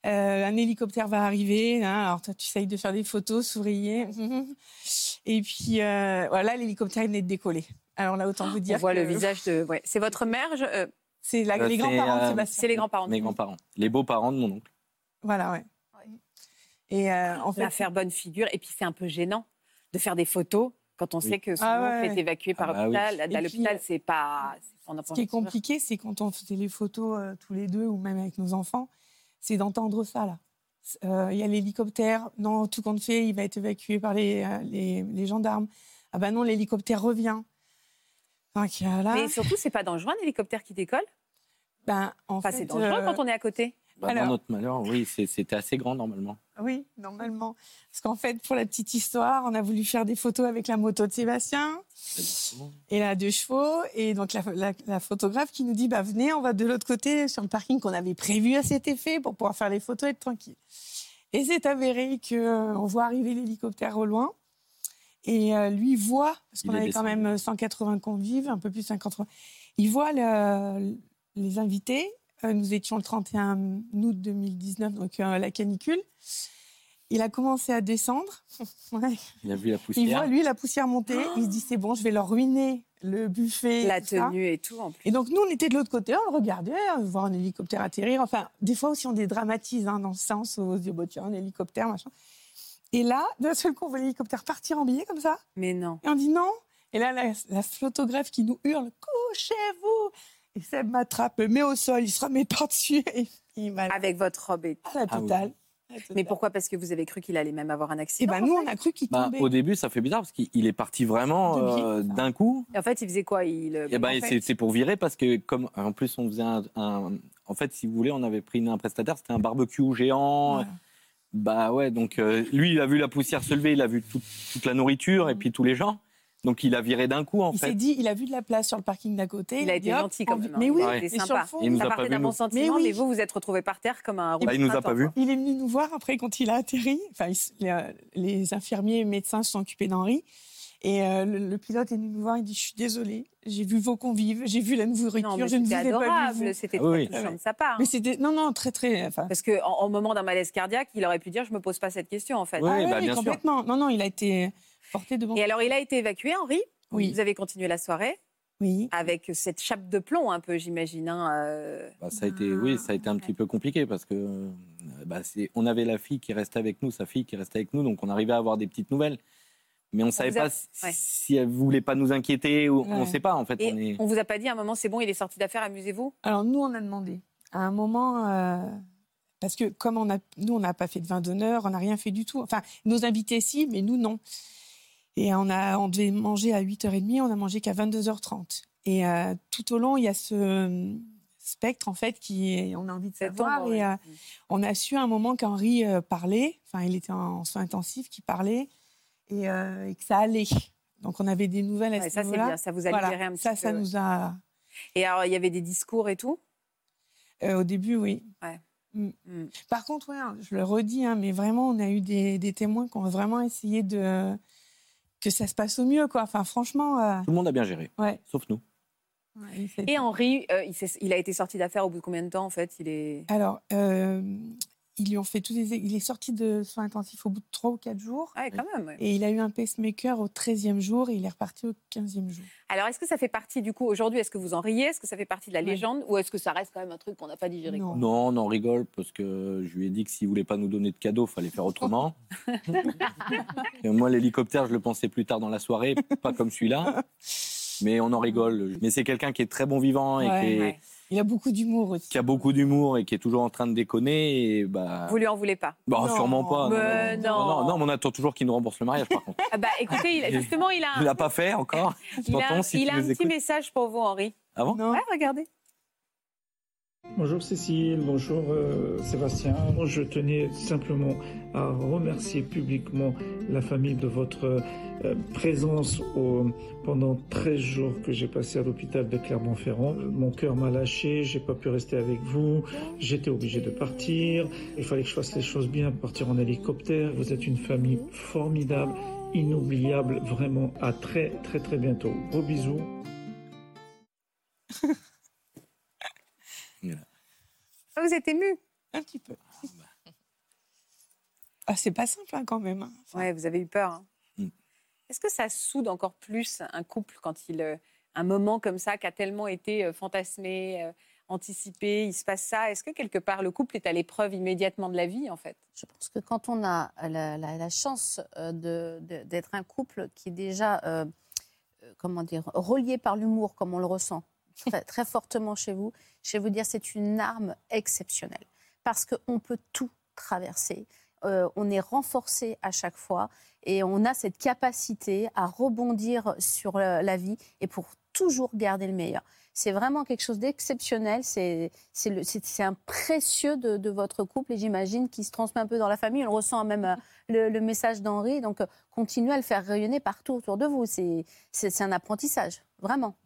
S4: euh, un hélicoptère va arriver. hein. alors toi, tu essayes de faire des photos, souriez. (laughs) Et puis euh, voilà, l'hélicoptère il venait de décoller. Alors là,
S10: Ah,
S4: autant vous dire.
S1: on voit
S4: que-
S1: le visage de. ouais. C'est votre mère je- euh,
S4: C'est la-
S10: Euh,
S4: Bah, les
S10: c'est,
S4: grands-parents de
S10: euh,
S4: Sébastien.
S1: C'est les grands-parents.
S10: Mes grands-parents. Les beaux-parents de mon oncle.
S4: Voilà, ouais. Et euh, en
S1: fait, faire bonne figure. Et puis c'est un peu gênant de faire des photos quand on
S4: Oui.
S1: sait que son
S4: Ah
S1: oncle
S4: ouais.
S1: est évacué par
S4: Ah bah oui.
S1: l'hôpital. À
S4: Et
S1: l'hôpital, c'est pas. On n'a
S4: Ce
S1: pas
S4: qui est
S1: envie de sourire.
S4: compliqué, c'est quand on faisait les photos euh, tous les deux ou même avec nos enfants, c'est d'entendre ça là. C'est, euh, Il y a l'hélicoptère, non, tout compte fait, il va être évacué par les, euh, les, les gendarmes. Ah bah non, l'hélicoptère revient. Donc euh, là,
S1: Mais surtout, c'est pas dangereux un hélicoptère qui décolle
S4: ben, en
S1: Enfin,
S4: fait,
S1: c'est dangereux
S4: euh,
S1: quand on est à côté.
S10: Bah, dans
S4: Alors-
S10: notre malheur, oui, c'est- c'était assez grand normalement.
S4: Oui, normalement. Parce qu'en fait, pour la petite histoire, on a voulu faire des photos avec la moto de Sébastien. Et là, deux chevaux. Et donc, la, la- la photographe qui nous dit bah, Venez, on va de l'autre côté sur le parking qu'on avait prévu à cet effet pour pouvoir faire les photos et être tranquille. Et c'est avéré qu'on voit arriver l'hélicoptère au loin. Et euh, lui voit, parce
S11: Il
S4: qu'on
S11: est
S4: avait quand
S11: descendu.
S4: même 180 convives, un peu plus de 50. Il voit le- les invités. Euh, nous étions le 31 août 2019, donc euh, la canicule. Il a commencé à descendre. (laughs) Ouais.
S10: Il a vu la
S4: Il voit,
S10: poussière.
S4: lui, la poussière monter. Il se dit, c'est bon, je vais leur ruiner le buffet.
S1: Oh. La
S4: tout ça.
S1: tenue et tout. En plus.
S4: Et donc, nous, on était de l'autre côté, on le regardait, on voir un hélicoptère atterrir. Enfin, des fois aussi, on dédramatise hein, dans le sens où on se dit, bon, tiens, un hélicoptère, machin. Et là, d'un seul coup, on voit l'hélicoptère partir en billet comme ça.
S1: Mais non.
S4: Et on dit non. Et là, la, la photographe qui nous hurle, couchez-vous Et Seb m'attrape, me met au sol, il se remet par-dessus. et (laughs) il m'a-
S1: Avec votre robe et
S4: Ah, la totale.
S1: Mais pourquoi Parce que vous avez cru qu'il allait même avoir un
S4: Et
S1: accident
S4: ben nous, on a cru qu'il
S10: Bah,
S4: tombait.
S10: au début, ça fait bizarre parce qu'il il est parti vraiment
S1: De biais.
S10: euh, d'un coup.
S1: Et en fait, il faisait quoi il, euh,
S4: Eh
S10: Et ben, c'est- c'est pour virer parce que, comme en plus, on faisait un. un- en fait, si vous voulez, on avait pris un prestataire, c'était un barbecue géant. Bah ouais, donc euh, lui, il a vu la poussière se lever, il a vu tout- toute la nourriture et puis tous les gens. Donc il a viré d'un coup, en
S4: Mm. Il
S10: fait.
S4: s'est dit, il a vu de la place sur le parking d'à côté.
S1: Il a été
S4: dit, hop,
S1: gentil quand
S4: on-
S1: même. hein.
S4: Mais oui,
S1: il
S10: Ouais.
S1: était
S4: et sur le
S1: sympa.
S4: fond,
S10: Il nous
S1: Ça
S10: a pas
S1: partait
S10: vu,
S1: d'un bon
S10: nous.
S1: sentiment,
S4: Mais
S1: mais,
S4: oui.
S1: vous, vous êtes retrouvé par terre comme un robot.
S10: Bah, il nous a pas vus.
S4: hein. Il est venu nous voir après quand il a atterri. Enfin, ils- les, euh, les infirmiers et médecins se sont occupés d'Henri. Et euh, le, le pilote est venu nous voir. Il dit Je suis désolé, j'ai vu vos convives, j'ai vu la nourriture,
S1: Non, mais
S4: je ne vous
S1: c'était
S4: ai pas vu. vous.
S1: adorable, c'était
S10: Ah oui,
S1: très
S10: oui.
S1: touchant
S4: Ah ouais.
S1: de sa part. hein.
S4: Mais c'était. Non, non, très, très. Enfin,
S1: Parce qu'en en, au moment d'un malaise cardiaque, il aurait pu dire Je me pose pas cette question, en fait.
S10: Oui,
S4: ah ouais,
S10: bah, bien sûr.
S4: complètement. Non, non, il a été porté devant.
S1: Et alors, il a été évacué, Henri.
S4: Oui.
S1: Vous avez continué la soirée
S4: Oui.
S1: avec cette chape de plomb, un peu, j'imagine. hein, euh,
S10: Bah, ça a été, oui, ça a été un petit peu compliqué parce que euh, bah, c'est, on avait la fille qui restait avec nous, sa fille qui restait avec nous, donc on arrivait à avoir des petites nouvelles, mais on savait
S1: vous a-
S10: pas si,
S1: ouais.
S10: si elle voulait pas nous inquiéter ou on
S4: Ouais.
S10: sait pas en fait.
S1: Et
S10: on est-
S1: on vous a pas dit à un moment, c'est bon, il est sorti d'affaire, amusez-vous
S4: Alors nous, on a demandé. À un moment, euh, parce que comme on a, nous, on n'a pas fait de vin d'honneur, on n'a rien fait du tout. Enfin, nos invités, si, mais nous, non. Et on, a, on devait manger à 8h30, on a mangé qu'à 22h30. Et euh, tout au long, il y a ce euh, spectre, en fait, qui est- on a envie de
S1: Cette
S4: savoir.
S1: ombre,
S4: Et,
S1: ouais.
S4: euh, on a su à un moment qu'Henri euh, parlait, enfin, il était en, en soins intensifs, qu'il parlait, et, euh, et que ça allait. Donc, on avait des nouvelles à
S1: Ouais,
S4: ce
S1: Ça, c'est
S4: niveau-là.
S1: bien, ça vous a
S4: Voilà.
S1: libéré un petit
S4: Ça,
S1: peu.
S4: ça
S1: ouais.
S4: nous a...
S1: Et alors, il y avait des discours et tout
S4: Euh, au début, oui.
S1: Ouais.
S4: Mm.
S1: Mm.
S4: Par contre, ouais, hein, je le redis, hein, mais vraiment, on a eu des, des témoins qui ont vraiment essayé de que ça se passe au mieux, quoi. Enfin, franchement, euh,
S10: Tout le monde a bien géré,
S4: ouais.
S10: sauf nous.
S4: Ouais, c'est-
S1: Et Henri, euh, il, s'est- il a été sorti d'affaire au bout de combien de temps, en fait Il est.
S4: Alors, euh, ils lui ont fait tous les. Il est sorti de soins intensifs au bout de trois ou quatre jours,
S1: Ah, quand même. ouais.
S4: et il a eu un pacemaker au 13e jour, et il est reparti au 15e jour.
S1: Alors, est-ce que ça fait partie, du coup, aujourd'hui, est-ce que vous en riez Est-ce que ça fait partie de la
S4: Ouais.
S1: légende Ou est-ce que ça reste quand même un truc qu'on n'a pas digéré
S4: Non.
S1: quoi
S10: Non, on en rigole parce que je lui ai dit que s'il voulait pas nous donner de cadeaux, fallait faire
S1: (laughs)
S10: autrement. Et moi, l'hélicoptère, je le pensais plus tard dans la soirée, pas comme celui-là. Mais on en rigole. Mais c'est quelqu'un qui est très bon vivant et
S4: Ouais,
S10: qui, est-
S1: ouais.
S4: Il a beaucoup d'humour aussi.
S10: qui a beaucoup d'humour et qui est toujours en train de déconner. Et bah,
S1: Euh, Vous lui en voulez pas
S10: Bah,
S4: Non.
S10: sûrement pas.
S1: Mais non.
S10: non, non, mais on attend toujours qu'il nous rembourse le mariage, par
S1: (laughs)
S10: contre.
S1: ah bah,
S10: (laughs)
S1: Écoutez, il a- justement, il
S10: Il
S1: a,
S10: l'a pas fait encore.
S1: (laughs) il a,
S10: Tonton, si
S1: il
S10: tu
S1: a
S10: nous
S1: un petit
S10: écoutes.
S1: message pour vous, Henri.
S10: Ah bon
S4: Non.
S1: Ouais, regardez.
S11: Bonjour Cécile, bonjour euh, Sébastien. Moi, Je tenais simplement à remercier publiquement la famille de votre euh, présence au- pendant 13 jours que j'ai passé à l'hôpital de Clermont-Ferrand. Mon cœur m'a lâché, j'ai pas pu rester avec vous, j'étais obligé de partir. Il fallait que je fasse les choses bien, partir en hélicoptère. Vous êtes une famille formidable, inoubliable, vraiment à très très très bientôt. Gros bisous.
S1: Ah, Vous êtes ému
S4: Un petit peu. Ah, c'est pas simple hein, quand même. hein. Enfin,
S1: Ouais, vous avez eu peur. hein.
S10: Mm.
S1: Est-ce que ça soude encore plus un couple quand il. euh, un moment comme ça qui a tellement été euh, fantasmé, euh, anticipé, il se passe ça Est-ce que quelque part le couple est à l'épreuve immédiatement de la vie, en fait
S9: Je pense que quand on a la, la- la chance euh, de- de- d'être un couple qui est déjà, euh, euh, comment dire, relié par l'humour, comme on le ressent très, très fortement chez vous, je vais vous dire, c'est une arme exceptionnelle. Parce qu'on peut tout traverser. Euh, on est renforcé à chaque fois et on a cette capacité à rebondir sur la, la vie et pour toujours garder le meilleur. C'est vraiment quelque chose d'exceptionnel. C'est c'est le- c'est- c'est un précieux de, de votre couple et j'imagine qu'il se transmet un peu dans la famille. On le ressent même euh, le, le message d'Henri. Donc, euh, continuez à le faire rayonner partout autour de vous. C'est- C'est c'est un apprentissage, vraiment.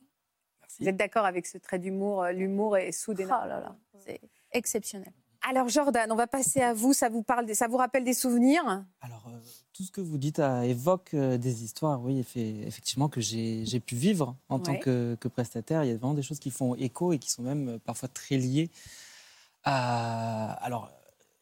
S1: Vous êtes d'accord avec ce trait d'humour euh, L'humour est soude
S9: Oh
S1: énormément.
S9: là là, c'est exceptionnel.
S1: Alors Jordan, on va passer à vous. Ça vous parle, des- ça vous rappelle des souvenirs
S5: Alors, euh, tout ce que vous dites euh, évoque euh, des histoires, oui, effe- effectivement, que j'ai j'ai pu vivre en tant
S1: Ouais.
S5: que, que prestataire. Il y a vraiment des choses qui font écho et qui sont même euh, parfois très liées à. Alors,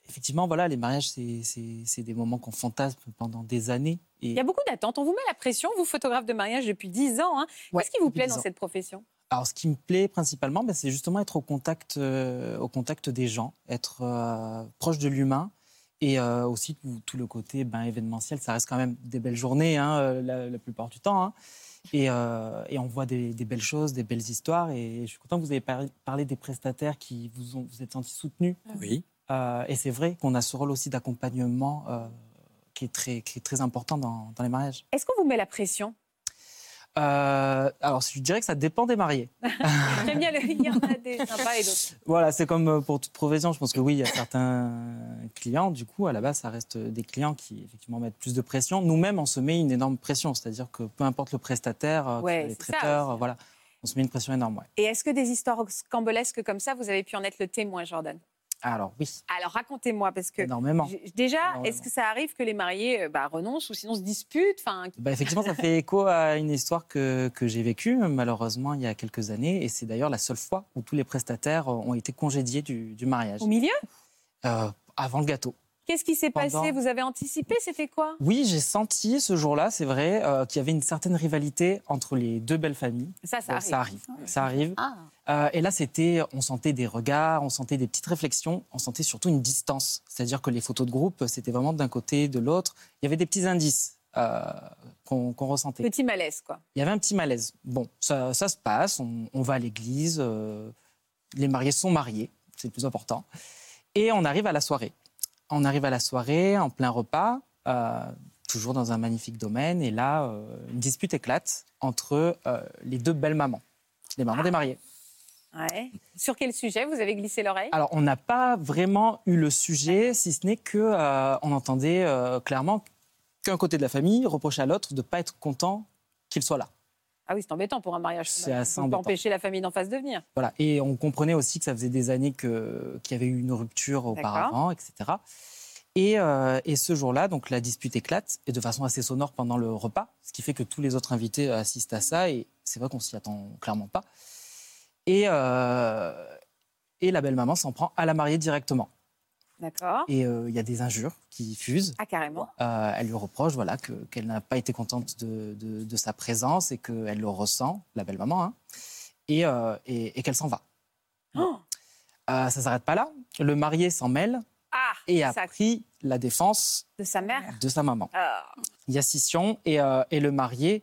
S5: effectivement, voilà, les mariages, c'est- c'est c'est des moments qu'on fantasme pendant des années. Et
S1: Il y a beaucoup d'attentes. On vous met la pression. Vous photographe de mariage depuis 10 ans. hein.
S5: Ouais,
S1: Qu'est-ce qui vous
S5: depuis
S1: plaît
S5: dix
S1: dans
S5: ans.
S1: cette profession
S5: Alors, ce qui me plaît principalement, ben, c'est justement être au contact, euh, au contact des gens, être euh, proche de l'humain. Et euh, aussi tout, tout le côté ben, événementiel, ça reste quand même des belles journées hein, euh, la, la plupart du temps. hein. Et, euh, et on voit des, des belles choses, des belles histoires. Et je suis content que vous ayez par- parlé des prestataires qui vous ont, vous êtes sentis soutenus.
S10: Oui.
S5: Euh, et c'est vrai qu'on a ce rôle aussi d'accompagnement euh, qui, est très, qui est très important dans, dans les mariages.
S1: Est-ce qu'on vous met la pression
S5: Euh, alors, je dirais que ça dépend des mariés.
S1: J'aime bien le il (laughs) y en a des sympas et d'autres.
S5: Voilà, c'est comme euh, pour toute profession. Je pense que oui, il y a certains clients, du coup, à la base, ça reste des clients qui, effectivement, mettent plus de pression. Nous-mêmes, on se met une énorme pression. C'est-à-dire que peu importe le prestataire, euh, que ce
S1: Ouais,
S5: soit les
S1: c'est ça
S5: traiteurs,
S1: aussi.
S5: euh, voilà, on se met une pression énorme. ouais.
S1: Et est-ce que des histoires scambolesques comme ça, vous avez pu en être le témoin, Jordan
S5: Alors, oui,
S1: Alors racontez-moi, parce que.
S5: énormément.
S1: j- Déjà,
S5: Énormément.
S1: est-ce que ça arrive que les mariés euh, bah, renoncent ou sinon se disputent enfin,
S5: Bah, effectivement, ça fait écho à une histoire que, que j'ai vécue, malheureusement, il y a quelques années. Et c'est d'ailleurs la seule fois où tous les prestataires euh, ont été congédiés du, du mariage.
S1: (laughs) Au milieu
S5: Euh, Avant le gâteau.
S1: Qu'est-ce qui s'est
S5: Pendant-
S1: passé Vous avez anticipé C'était quoi
S5: Oui, j'ai senti ce jour-là, c'est vrai, euh, qu'il y avait une certaine rivalité entre les deux belles familles.
S1: Ça,
S5: Bon,
S1: ça arrive.
S5: Ça arrive. Ça arrive.
S1: Ah.
S5: Euh, et là, c'était, on sentait des regards, on sentait des petites réflexions, on sentait surtout une distance. C'est-à-dire que les photos de groupe, euh, c'était vraiment d'un côté, de l'autre. Il y avait des petits indices euh, qu'on qu'on ressentait.
S1: Petit malaise, quoi.
S5: Il y avait un petit malaise. Bon, ça, ça se passe, on, on va à l'église, euh, les mariés sont mariés, c'est le plus important. Et on arrive à la soirée. On arrive à la soirée, en plein repas, euh, toujours dans un magnifique domaine, et là, euh, une dispute éclate entre euh, les deux belles mamans, les mamans des mariés.
S1: Ouais. Sur quel sujet vous avez glissé l'oreille
S5: Alors, on n'a pas vraiment eu le sujet, si ce n'est que euh, on entendait euh, clairement qu'un côté de la famille reprochait à l'autre de ne pas être content qu'il soit là.
S1: Ah oui, c'est embêtant pour un mariage.
S5: C'est
S1: On peut
S5: assez
S1: pas
S5: embêtant.
S1: empêcher la famille d'en face de venir.
S5: Voilà. Et on comprenait aussi que ça faisait des années que- qu'il y avait eu une rupture auparavant, etc. Et, euh, et ce jour-là, donc la dispute éclate, et de façon assez sonore pendant le repas, ce qui fait que tous les autres invités euh, assistent à ça, et c'est vrai qu'on s'y attend clairement pas. Et, euh, et la belle-maman s'en prend à la mariée directement.
S1: D'accord
S5: Et euh, il y a des injures qui fusent.
S1: Ah, carrément.
S5: Euh, elle lui reproche voilà, que- qu'elle n'a pas été contente de, de- de sa présence et qu'elle le ressent, la belle maman, hein, et, euh, et- et qu'elle s'en va.
S1: Oh
S5: Euh, ça s'arrête pas là. Le marié s'en mêle
S1: Ah,
S5: et a
S1: ça-
S5: pris la défense
S1: de sa mère
S5: de sa maman.
S1: Ah.
S5: Il y a scission et, euh, et le marié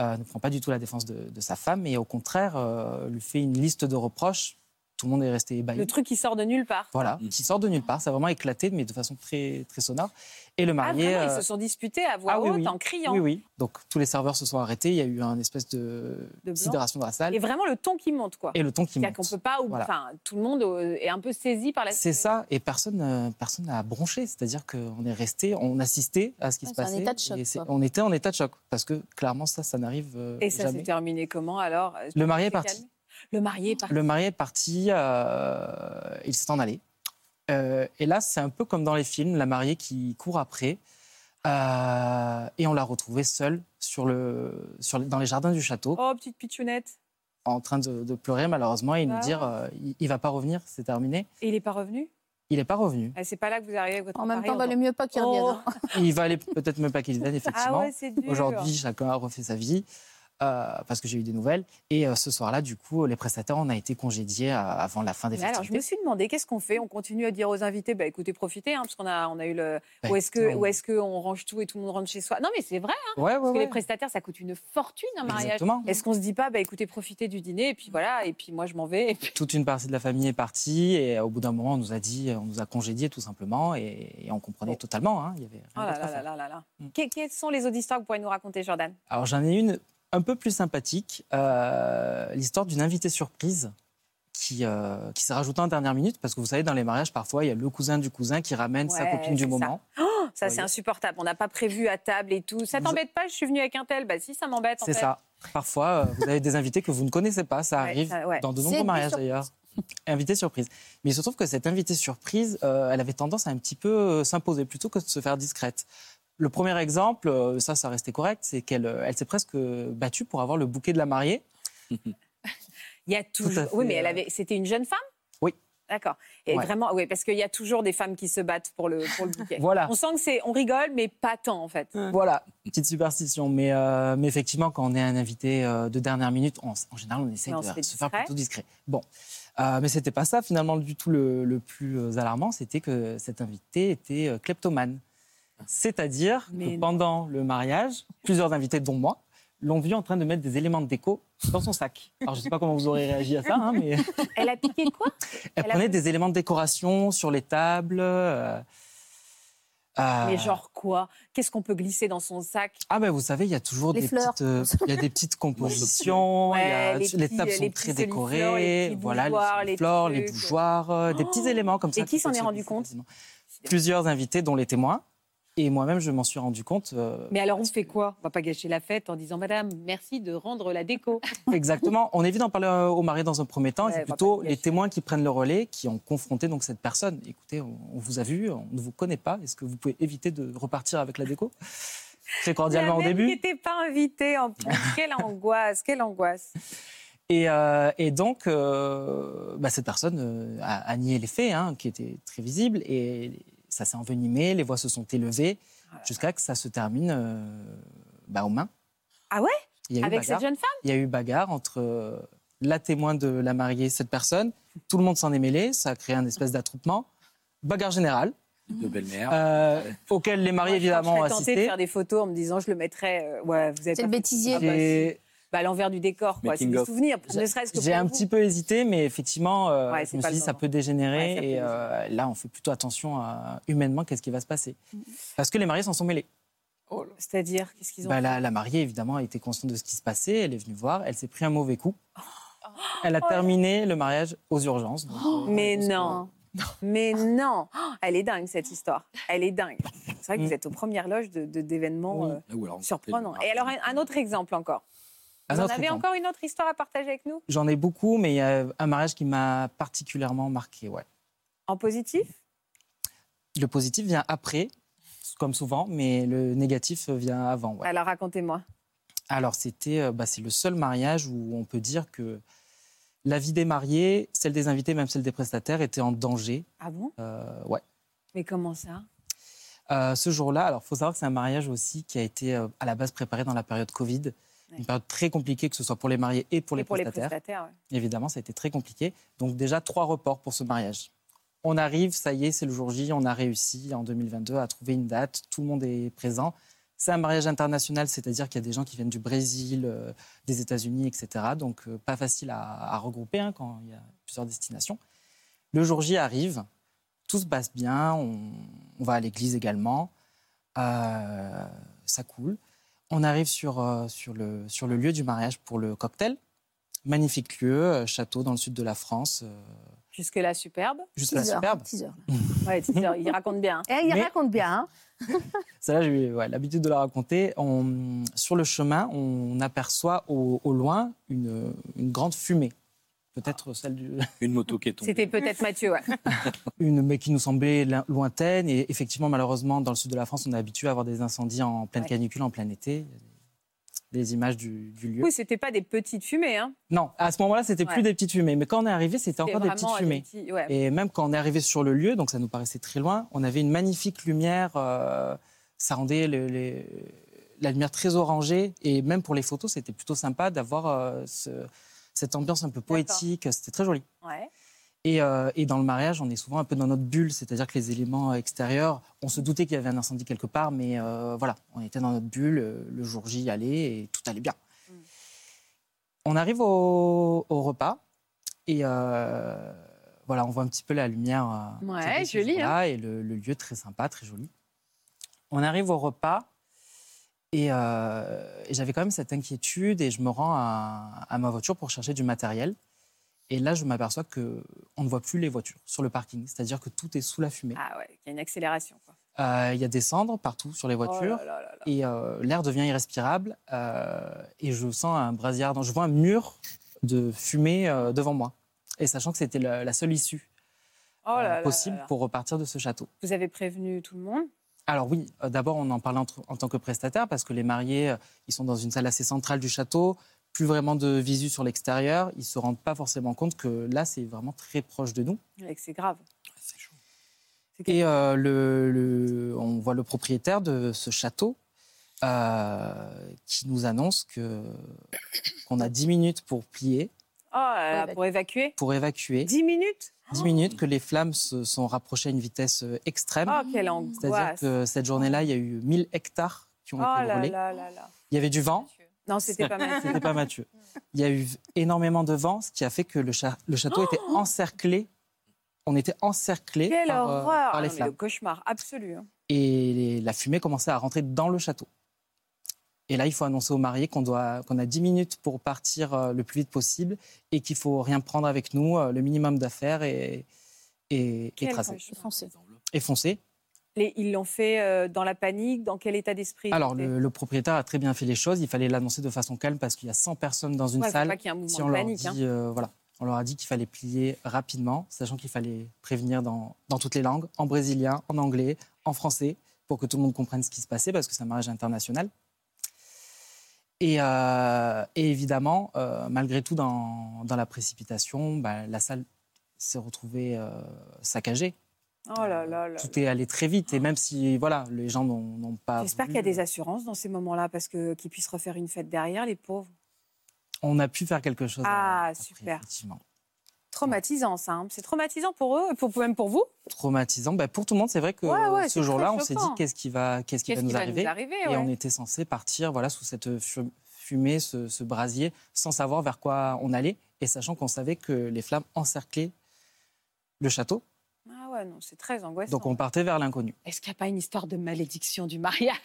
S5: euh, ne prend pas du tout la défense de, de sa femme et au contraire euh, lui fait une liste de reproches. Tout le monde est resté ébahi.
S1: Le truc qui sort de nulle part.
S5: Voilà, qui sort de nulle part. Ça a vraiment éclaté, mais de façon très, très sonore. Et le
S1: Ah,
S5: marié.
S1: vraiment,
S5: euh,
S1: ils se sont disputés à voix
S5: ah oui,
S1: haute
S5: oui.
S1: en criant.
S5: Oui, oui. Donc tous les serveurs se sont arrêtés. Il y a eu un espèce de,
S1: De blanc.
S5: sidération dans la salle.
S1: Et vraiment le ton qui monte, quoi.
S5: Et le ton qui
S1: C'est-à-dire
S5: monte.
S1: qu'on peut pas. ou-
S5: Voilà.
S1: Enfin, tout le monde euh, est un peu saisi par la.
S5: C'est ça, et personne euh, personne n'a bronché. C'est-à-dire qu'on est resté, on assistait à ce qui
S1: Ouais,
S5: se
S1: c'est un
S5: passait.
S1: état de choc,
S5: et c'est-
S1: quoi.
S5: on était en état de choc parce que clairement ça, ça n'arrive euh,
S1: Et ça s'est
S5: jamais.
S1: terminé comment alors euh,
S5: Le marié est
S1: C'est
S5: parti.
S1: calme Le marié est parti.
S5: Le marié est parti, euh, il s'est en allé. Euh, et là, c'est un peu comme dans les films, la mariée qui court après. euh, et on l'a retrouvée seule sur le, sur, le- dans les jardins du château,
S1: Oh, petite pitchounette.
S5: en train de, de pleurer malheureusement et
S1: Ah.
S5: nous dire euh, il, il va pas revenir, c'est terminé.
S1: Et il n'est pas revenu
S5: Il n'est pas
S1: (laughs)
S5: revenu.
S1: Ah, C'est pas là que vous arrivez avec votre
S9: En même
S1: mari
S9: temps,
S1: en
S9: vaut
S1: disant,
S9: mieux pas qu'il revienne, hein.
S5: Il valait peut-être même pas qu'il vienne, effectivement.
S1: Ah ouais, c'est dur.
S5: Aujourd'hui, chacun a refait sa vie. euh, parce que j'ai eu des nouvelles. Et euh, ce soir-là, du coup, les prestataires, on a été congédiés euh, avant la fin des
S1: Mais alors, je me
S5: festivités.
S1: suis demandé, qu'est-ce qu'on fait On continue à dire aux invités, bah, écoutez, profitez, hein, parce qu'on a, on a eu le.
S5: Bah,
S1: ou est-ce que,
S5: écoutez, on-
S1: ou est-ce que on range tout et tout le monde rentre chez soi Non, mais c'est vrai. Hein,
S5: Ouais, ouais,
S1: parce que les
S5: ouais.
S1: prestataires, ça coûte une fortune un mariage.
S5: Exactement.
S1: Est-ce qu'on se dit pas, bah, écoutez, profitez du dîner et puis voilà, et puis moi je m'en vais. et puis-
S5: Toute une partie de la famille est partie. Et euh, au bout d'un moment, on nous a dit, euh, on nous a congédiés tout simplement. Et, et on comprenait totalement. hein, il y avait rien
S1: Oh là
S5: d'autre à
S1: là
S5: faire.
S1: là là là là.
S5: Mm.
S1: Que- quelles sont les autres histoires que vous pourriez nous raconter, Jordan
S5: Alors j'en ai une un peu plus sympathique, euh, l'histoire d'une invitée surprise qui, euh, qui s'est rajoutée en dernière minute, parce que vous savez, dans les mariages, parfois, il y a le cousin du cousin qui ramène sa
S1: Ouais,
S5: copine du
S1: c'est ça.
S5: moment.
S1: Oh, ça, c'est
S5: Voyez.
S1: insupportable. On n'a pas prévu à table et tout. Ça
S5: Vous-
S1: t'embête pas Je suis venue avec un tel. Bah si, ça m'embête. en
S5: C'est
S1: fait.
S5: ça. Parfois, euh, vous avez des invités que vous ne connaissez pas, ça arrive
S1: ça- ouais.
S5: dans de
S1: C'est
S5: nombreux
S1: des
S5: mariages
S1: surprises.
S5: d'ailleurs. Invité surprise. Mais il se trouve que cette invitée surprise, euh, elle avait tendance à un petit peu euh, s'imposer plutôt que de se faire discrète. Le premier exemple, euh, ça, ça restait correct, c'est qu'elle euh, elle s'est presque battue pour avoir le bouquet de la mariée.
S1: Il y a toujours.
S5: fait,
S1: Oui, mais elle
S5: euh,
S1: avait. C'était une jeune femme
S5: Oui.
S1: D'accord. Et
S5: Ouais.
S1: vraiment, oui, parce qu'il y a toujours des femmes qui se battent pour le, pour le bouquet.
S5: (laughs) Voilà.
S1: On sent que c'est. On rigole, mais pas tant, en fait.
S5: Voilà, petite superstition. Mais, euh, mais effectivement, quand on est un invité euh, de dernière minute, on- en général, on essaie
S1: Mais on se
S5: de
S1: fait
S5: se faire
S1: discret.
S5: plutôt discret. Bon, Euh, mais c'était pas ça finalement du tout le, le plus euh, alarmant. C'était que cet invité était euh, kleptomane. C'est-à-dire que
S1: Mais non.
S5: pendant le mariage, plusieurs invités, dont moi, l'ont vu en train de mettre des éléments de déco dans son sac. Alors, je ne sais pas comment vous aurez réagi à ça, hein, mais
S1: (laughs) Elle a piqué quoi
S5: elle
S1: Elle a-
S5: prenait des éléments de décoration sur les tables. euh, euh,
S1: Mais genre quoi Qu'est-ce qu'on peut glisser dans son sac
S5: Ah ben vous savez, il y a toujours
S1: Les
S5: des
S1: fleurs.
S5: petites, euh, il y
S1: (laughs)
S5: a des petites compositions, il y a- les,
S1: Ouais, les petits- euh,
S5: tables sont
S1: les petits
S5: très
S1: solifleurs,
S5: décorées,
S1: les petits
S5: voilà,
S1: bougeoirs,
S5: les
S1: les
S5: fleurs, les
S1: trucs.
S5: bougeoirs, euh, des petits éléments comme ça.
S1: Oh Et qui s'en
S5: peuvent
S1: est
S5: se
S1: rendu
S5: glisser
S1: compte
S5: facilement. Plusieurs invités, dont les témoins, et moi-même je m'en suis rendu compte. euh,
S1: Mais alors on fait quoi On va pas gâcher la fête en disant Madame, merci de rendre la déco.
S5: (laughs) Exactement. On évite d'en parler euh, au mari dans un premier temps.
S1: Ouais, bah, on
S5: c'est
S1: va
S5: plutôt les témoins qui prennent le relais, qui ont confronté donc cette personne. Écoutez, on, on vous a vu, on ne vous connaît pas. Est-ce que vous pouvez éviter de repartir avec la déco Très cordialement au
S1: La même
S5: début.
S1: qui n'était pas invitée
S5: (laughs)
S1: en plus. Quelle angoisse, quelle angoisse.
S5: Et, euh, et donc, euh, bah, cette personne euh, a, a nié les faits, hein, qui étaient très visibles, et ça s'est envenimé, les voix se sont élevées, jusqu'à que ça se termine euh, bah, aux mains.
S1: Ah ouais
S5: Il y a eu
S1: Avec
S5: bagarre.
S1: cette jeune femme
S5: Il y a eu bagarre entre euh, la témoin de la mariée et cette personne. Tout le monde s'en est mêlé, ça a créé un espèce
S1: Ah.
S5: d'attroupement. Bagarre générale,
S10: De belle-mère.
S5: euh, auquel les mariés, évidemment, ont
S1: Je serais tentée de
S5: assisté.
S1: faire des photos en me disant je le mettrais. euh, ouais, vous avez
S9: C'est
S1: pas
S9: le
S1: fait-
S9: bêtisier.
S1: Ah bah,
S5: Et-
S1: si. Bah, à l'envers du décor, quoi. C'est
S5: Making
S1: des
S5: of.
S1: souvenirs, ne
S5: J'ai-
S1: serait-ce que
S5: J'ai
S1: pour
S5: un
S1: vous.
S5: petit peu hésité, mais effectivement, euh,
S1: Ouais,
S5: je
S1: c'est
S5: me
S1: pas
S5: suis dit,
S1: le
S5: ça
S1: moment.
S5: peut dégénérer.
S1: Ouais, ça peut
S5: et euh, là, on fait plutôt attention à, humainement, qu'est-ce qui va se passer. Parce que les mariés s'en sont mêlés.
S1: Oh C'est-à-dire, qu'est-ce qu'ils ont
S5: Bah,
S1: fait
S5: la, la mariée, évidemment, était consciente de ce qui se passait. Elle est venue voir. Elle s'est pris un mauvais coup.
S1: Oh.
S5: Elle a terminé le mariage aux urgences. donc, euh,
S1: Mais non. Mais non. Oh, Elle est dingue, cette histoire. Elle est dingue. C'est
S5: Mm.
S1: vrai que vous êtes aux premières loges de- de- d'événements euh,
S10: Ah, Ou alors, on
S1: surprenants. Et alors, un, un autre exemple encore.
S5: Un
S1: Vous en
S5: autre
S1: avez
S5: exemple.
S1: encore une autre histoire à partager avec nous
S5: J'en ai beaucoup, mais il y a un mariage qui m'a particulièrement marqué. Ouais.
S1: En positif
S5: Le positif vient après, comme souvent, mais le négatif euh, vient avant. ouais.
S1: Alors, racontez-moi.
S5: Alors, c'était, euh, bah, c'est le seul mariage où on peut dire que la vie des mariés, celle des invités, même celle des prestataires, était en danger.
S1: Ah bon
S5: Euh, ouais.
S1: Mais comment ça
S5: Euh, ce jour-là, alors, faut savoir que c'est un mariage aussi qui a été euh, à la base préparé dans la période Covid. Une période très compliquée, que ce soit pour les mariés et pour,
S1: Et
S5: les,
S1: pour les
S5: prestataires.
S1: prestataires,
S5: Évidemment, ça a été très compliqué. Donc, déjà, trois reports pour ce mariage. On arrive, ça y est, c'est le jour J, on a réussi en 2022 à trouver une date, tout le monde est présent. C'est un mariage international, c'est-à-dire qu'il y a des gens qui viennent du Brésil, euh, des États-Unis, etc. Donc, euh, pas facile à, à regrouper hein, quand il y a plusieurs destinations. Le jour J arrive, tout se passe bien, on, on va à l'église également, euh, ça coule. On arrive sur, euh, sur, le, sur le lieu du mariage pour le cocktail. Magnifique lieu, euh, château dans le sud de la France. euh,
S1: Jusque-là, superbe.
S5: Jusque-là, Teaser, superbe.
S9: Teaser.
S1: (laughs)
S9: Eh,
S1: Ouais, teaser, il raconte bien. hein.
S9: il
S5: Mais-
S9: raconte bien. hein.
S5: Celle-là, j'ai eu ouais, l'habitude de la raconter. On- sur le chemin, on aperçoit au, au loin une, une grande fumée. Peut-être celle du...
S10: Ah. Une moto qui est tombée.
S1: C'était peut-être
S5: (laughs)
S1: Mathieu, ouais.
S5: une, mais qui nous semblait lin- lointaine. Et effectivement, malheureusement, dans le sud de la France, on est habitué à avoir des incendies en pleine
S1: Ouais.
S5: canicule, en plein été. Les images du, du lieu.
S1: Oui, c'était pas des petites fumées, hein.
S5: Non, à ce moment-là, c'était
S1: Ouais.
S5: plus des petites fumées. Mais quand on est arrivé, c'était
S1: C'était
S5: encore des
S1: vraiment
S5: petites
S1: des
S5: fumées.
S1: petits- ouais.
S5: Et même quand on est arrivé sur le lieu, donc ça nous paraissait très loin, on avait une magnifique lumière. euh, ça rendait le- les- la lumière très orangée. Et même pour les photos, c'était plutôt sympa d'avoir euh, ce- cette ambiance un peu poétique. C'était très joli.
S1: Ouais.
S5: Et, euh, et dans le mariage, on est souvent un peu dans notre bulle, c'est-à-dire que les éléments extérieurs, on se doutait qu'il y avait un incendie quelque part, mais euh, voilà, on était dans notre bulle, euh, le jour J allait et tout allait bien.
S1: Mm.
S5: On arrive au, au repas et euh, voilà, on voit un petit peu la lumière. euh,
S1: Ouais,
S5: s'élever ce
S1: joli, hein.
S5: jour-là Et le, le lieu très sympa, très joli. On arrive au repas et, euh, et j'avais quand même cette inquiétude et je me rends à, à ma voiture pour chercher du matériel. Et là, je m'aperçois que on ne voit plus les voitures sur le parking, c'est-à-dire que tout est sous la fumée.
S1: Ah ouais, il y a une accélération. Quoi.
S5: Euh, Il y a des cendres partout sur les voitures.
S1: là là là là.
S5: Et euh, l'air devient irrespirable. euh, et je sens un brasier ardent. Je vois un mur de fumée euh, devant moi. Et sachant que c'était la, la seule issue
S1: Oh là là
S5: euh, possible
S1: là là.
S5: pour repartir de ce château.
S1: Vous avez prévenu tout le monde.
S5: Alors oui, euh, d'abord on en parlait entre- en tant que prestataire parce que les mariés, euh, ils sont dans une salle assez centrale du château, plus vraiment de visu sur l'extérieur, ils se rendent pas forcément compte que là c'est vraiment très proche de nous.
S1: Et que C'est grave.
S5: Et euh, le, le- on voit le propriétaire de ce château euh, qui nous annonce que qu'on a 10 minutes pour plier,
S1: Oh là
S9: bah,
S1: là, pour évacuer.
S5: pour évacuer.
S1: 10 minutes
S5: 10 minutes que les flammes se sont rapprochées à une vitesse euh, extrême.
S1: Oh, quelle
S5: C'est-à-dire
S1: angoisse.
S5: que cette journée-là, il y a eu 1000 hectares qui
S1: Oh
S5: ont été
S1: là
S5: brûlés.
S1: là là là.
S5: Il y avait du vent,
S1: Non, c'était pas Mathieu.
S5: (laughs) C'était pas Mathieu. Il y a eu énormément de vent, ce qui a fait que le, cha- le château
S1: (gasps)
S5: était encerclé. On était encerclé
S1: Quelle
S5: par, euh,
S1: (laughs) horreur
S5: par les
S1: Ah non, mais
S5: flammes.
S1: Le cauchemar absolu. hein.
S5: Et les- la fumée commençait à rentrer dans le château. Et là, il faut annoncer aux mariés qu'on doit- qu'on a 10 minutes pour partir euh, le plus vite possible et qu'il faut rien prendre avec nous, euh, le minimum d'affaires et, et, et
S1: Quel
S5: tracer.
S1: cauchemar.
S5: Et foncer.
S1: Les- ils l'ont fait euh, dans la panique, dans quel état d'esprit ils
S5: Alors,
S1: étaient
S5: le, le propriétaire a très bien fait les choses. Il fallait l'annoncer de façon calme parce qu'il y a 100 personnes dans une
S1: Ouais, faut
S5: salle.
S1: pas qu'il y ait un mouvement
S5: si on
S1: de
S5: leur
S1: panique,
S5: dit,
S1: hein.
S5: euh, voilà, on leur a dit qu'il fallait plier rapidement, sachant qu'il fallait prévenir dans, dans toutes les langues, en brésilien, en anglais, en français, pour que tout le monde comprenne ce qui se passait parce que c'est un mariage international. Et, euh, et évidemment, euh, malgré tout, dans, dans la précipitation, bah, la salle s'est retrouvée euh, saccagée.
S1: Oh là là là.
S5: Tout est allé très vite. Et même si voilà, les gens n'ont n'ont pas.
S1: J'espère qu'il y a des assurances dans ces moments-là, parce que qu'ils puissent refaire une fête derrière, les pauvres.
S5: On a pu faire quelque chose.
S1: Ah, super.
S5: effectivement.
S1: Traumatisant, ça. hein. C'est traumatisant pour eux, pour, même pour vous.
S5: traumatisant. Bah, pour tout le monde, c'est vrai que
S1: Ouais, ouais,
S5: ce
S1: c'est
S5: jour-là,
S1: très
S5: on s'est dit
S1: choquant.
S5: qu'est-ce qui va, qu'est-ce qui
S1: Qu'est-ce
S5: va,
S1: qui
S5: nous,
S1: va
S5: arriver
S1: nous arriver,
S5: Et
S1: ouais.
S5: on était censé partir voilà, sous cette fu- fumée, ce, ce brasier, sans savoir vers quoi on allait, et sachant qu'on savait que les flammes encerclaient le château.
S1: Ah ouais, non, c'est très angoissant.
S5: Donc on partait vers l'inconnu.
S1: Est-ce qu'il n'y a pas une histoire de malédiction du mariage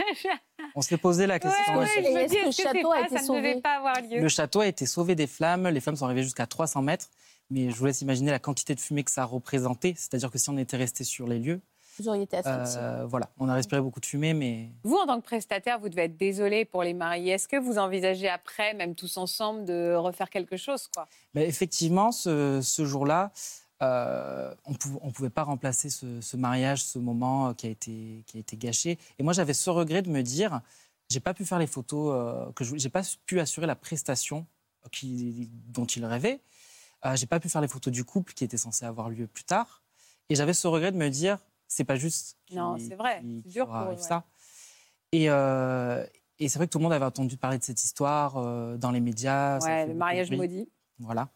S5: On s'est posé la question.
S1: Ouais, ouais, je me
S12: est-ce
S1: dis,
S12: que le
S1: est-ce que c'est
S12: château a
S1: pas-
S12: été
S1: ça ne
S12: sauvé
S1: devait pas avoir lieu
S5: Le château a été sauvé des flammes. Les flammes sont arrivées jusqu'à 300 mètres. Mais je vous laisse imaginer la quantité de fumée que ça représentait. C'est-à-dire que si on était resté sur les lieux,
S12: Vous auriez été
S1: asphyxié.
S5: euh, voilà, on a respiré beaucoup de fumée, mais
S1: Vous, en tant que prestataire, vous devez être désolé pour les mariés. Est-ce que vous envisagez après, même tous ensemble, de refaire quelque chose quoi
S5: Ben, effectivement, ce, ce jour-là, euh, on ne pouvait pas remplacer ce, ce mariage, ce moment euh, qui a été, qui a été gâché. Et moi, j'avais ce regret de me dire, j'ai pas pu faire les photos, euh, que je j'ai pas pu assurer la prestation qui- dont il rêvait. Euh, j'ai pas pu faire les photos du couple qui était censé avoir lieu plus tard. Et j'avais ce regret de me dire, c'est pas juste. qu'il-
S1: Non, c'est vrai,
S5: qu'il-
S1: c'est
S5: qu'il
S1: dur pour
S5: arrive
S1: eux, ouais.
S5: Ah, ça. Et, euh, et c'est vrai que tout le monde avait entendu parler de cette histoire euh, dans les médias. ça
S1: Ouais,
S5: fait
S1: le
S5: beaucoup de
S1: mariage
S5: bruit.
S1: maudit.
S5: Voilà.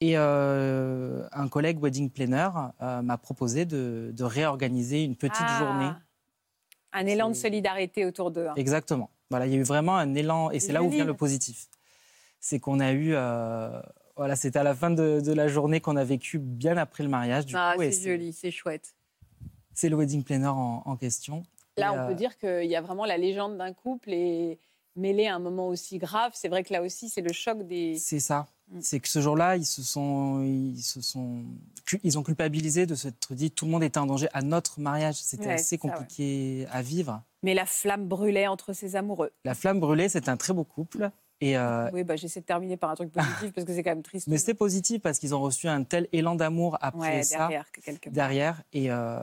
S5: Et euh, un collègue wedding planner euh, m'a proposé de, de réorganiser une petite
S1: Ah,
S5: journée.
S1: Un élan de solidarité autour d'eux. hein.
S5: Exactement. Voilà, il y a eu vraiment un élan, et c'est là où vient
S1: J'imagine.
S5: le positif. C'est qu'on a eu, euh, voilà, c'était à la fin de, de la journée qu'on a vécu bien après le mariage. Du
S1: Ah,
S5: coup, et
S1: c'est joli, c'est chouette.
S5: C'est le wedding planner en, en question.
S1: Là,
S5: Et,
S1: on
S5: euh,
S1: peut dire qu'il y a vraiment la légende d'un couple et mêlé à un moment aussi grave, c'est vrai que là aussi, c'est le choc des.
S5: C'est ça.
S1: Mm.
S5: C'est que ce jour-là, ils se sont, ils se sont, cu- ils ont culpabilisé de s'être dit tout le monde était en danger à notre mariage. C'était
S1: Ouais,
S5: assez
S1: c'est ça, ouais.
S5: compliqué à vivre.
S1: Mais la flamme brûlait entre ses amoureux.
S5: La flamme brûlée, c'est un très beau couple. Et euh,
S1: Oui, bah, j'essaie de terminer par un truc positif parce que c'est quand même triste.
S5: mais c'est positif parce qu'ils ont reçu un tel élan d'amour après
S1: Ouais,
S5: ça
S1: derrière, que quelque part.
S5: derrière. et, euh,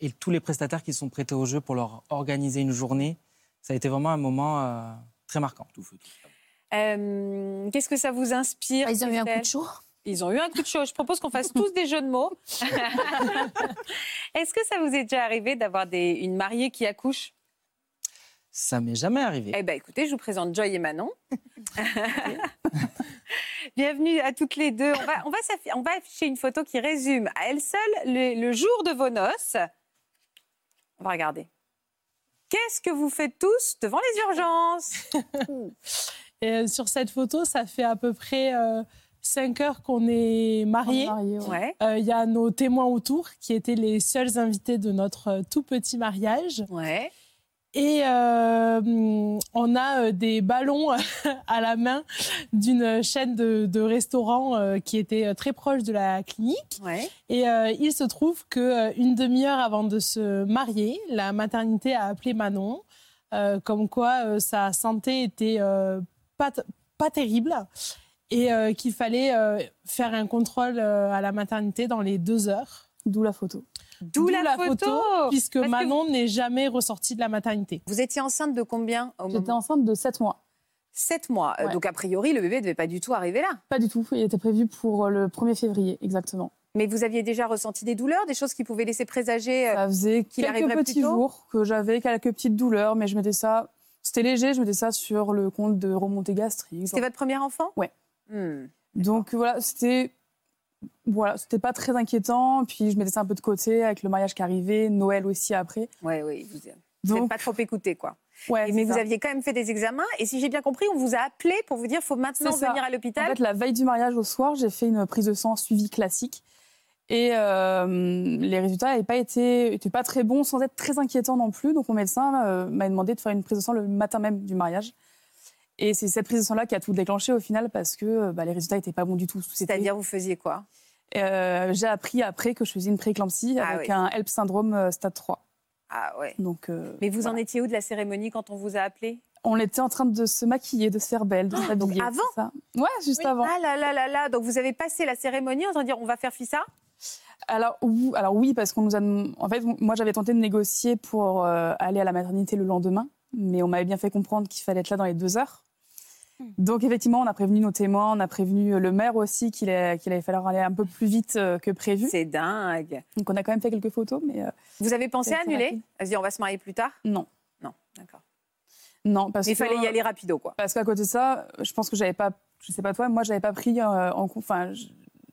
S5: et tous les prestataires qui se sont prêtés au jeu pour leur organiser une journée, ça a été vraiment un moment euh, très marquant.
S1: Euh, Qu'est-ce que ça vous inspire Ah, Ils ont eu un coup de
S12: chaud.
S1: Ils ont eu un coup de chaud. Je propose qu'on fasse tous des jeux de (laughs) mots. Est-ce que ça vous est déjà arrivé d'avoir des- une mariée qui accouche
S5: Ça m'est jamais arrivé.
S1: Eh bien, écoutez, je vous présente Joy et Manon. (laughs) Bienvenue à toutes les deux. On va, on va s'affi- on va afficher une photo qui résume à elle seule le, le jour de vos noces. On va regarder. Qu'est-ce que vous faites tous devant les urgences
S6: (laughs) Et euh, sur cette photo, ça fait à peu près 5 heures qu'on est mariés.
S12: On est
S6: Euh,
S12: mariés,
S6: Il
S12: ouais.
S6: y a nos témoins autour qui étaient les seuls invités de notre euh, tout petit mariage. Et euh, hum, on a euh, des ballons (laughs) à la main d'une chaîne de, de restaurants euh, qui était euh, très proche de la clinique. Et euh, il se trouve que euh, une demi-heure avant de se marier, la maternité a appelé Manon, euh, comme quoi euh, sa santé était euh, pas, t- pas terrible et euh, qu'il fallait euh, faire un contrôle euh, à la maternité dans les deux heures. D'où la photo.
S1: D'où la photo
S6: puisque
S1: Parce que
S6: Manon n'est jamais ressortie de la maternité.
S1: Vous étiez enceinte de combien
S6: J'étais enceinte de 7 mois.
S1: 7 mois. Euh,
S6: Ouais.
S1: Donc, a priori, le bébé ne devait pas du tout arriver là.
S7: Pas du tout, il était prévu pour euh, le 1er février, exactement.
S1: Mais vous aviez déjà ressenti des douleurs, des choses qui pouvaient laisser présager euh,
S7: Ça faisait
S1: qu'il
S7: quelques
S1: arriverait plus
S7: petits
S1: tôt
S7: jours que j'avais quelques petites douleurs, mais je mettais ça, c'était léger, je mettais ça sur le compte de remontée gastrique.
S1: C'était votre premier enfant
S7: Ouais.
S1: Hmm.
S7: Donc voilà, c'était voilà, c'était pas très inquiétant. Puis je mettais ça un peu de côté avec le mariage qui arrivait, Noël aussi après.
S1: Ouais, oui, vous Vous n'êtes pas trop écouté, quoi.
S3: Ouais,
S1: mais
S3: c'est
S1: vous
S3: ça.
S1: aviez quand même fait des examens. Et si j'ai bien compris, on vous a appelé pour vous dire faut maintenant
S7: C'est ça.
S1: venir à l'hôpital.
S7: bah, En fait, la veille du mariage au soir, j'ai fait une prise de sang suivie classique. Et euh, les résultats n'avaient pas été étaient pas très bons, sans être très inquiétants non plus. Donc mon médecin euh, m'a demandé de faire une prise de sang le matin même du mariage. Et c'est cette prise de sang-là qui a tout déclenché au final parce que euh, bah, les résultats n'étaient pas bons du tout. Euh,
S1: C'est-à-dire, vous faisiez quoi
S7: J'ai appris après que je faisais une prééclampsie
S1: Ah
S7: avec
S1: oui.
S7: un HELP syndrome euh, stade 3.
S1: Ah ouais.
S7: Donc, euh,
S1: mais vous en étiez où de la cérémonie quand on vous a appelé
S7: On était en train de se maquiller, de se faire belle, de s'habiller.
S1: Ah, avant
S7: c'est ça. Ah, Ouais, juste avant.
S1: Ah là là là là. Donc vous avez passé la cérémonie en train de dire on va faire fissa
S7: Alors, ou- alors oui, parce qu'on nous a. En fait, moi, j'avais tenté de négocier pour euh, aller à la maternité le lendemain, mais on m'avait bien fait comprendre qu'il fallait être là dans les deux heures.
S1: Hmm.
S7: Donc, effectivement, on a prévenu nos témoins, on a prévenu euh, le maire aussi qu'il est- qu'il allait falloir aller un peu plus vite euh, que prévu.
S1: C'est dingue.
S7: Donc, on a quand même fait quelques photos, mais. euh,
S1: Vous avez pensé
S7: ça a
S1: à
S7: été
S1: annuler
S7: rapide. Mm,
S1: À se dire on va se marier plus tard
S7: Non.
S1: Non, d'accord.
S7: Non, parce
S1: Il
S7: que-
S1: fallait y aller rapido, quoi.
S7: Parce qu'à côté de ça, je pense que j'avais pas, je sais pas toi, moi j'avais pas pris euh, en compte, enfin, je,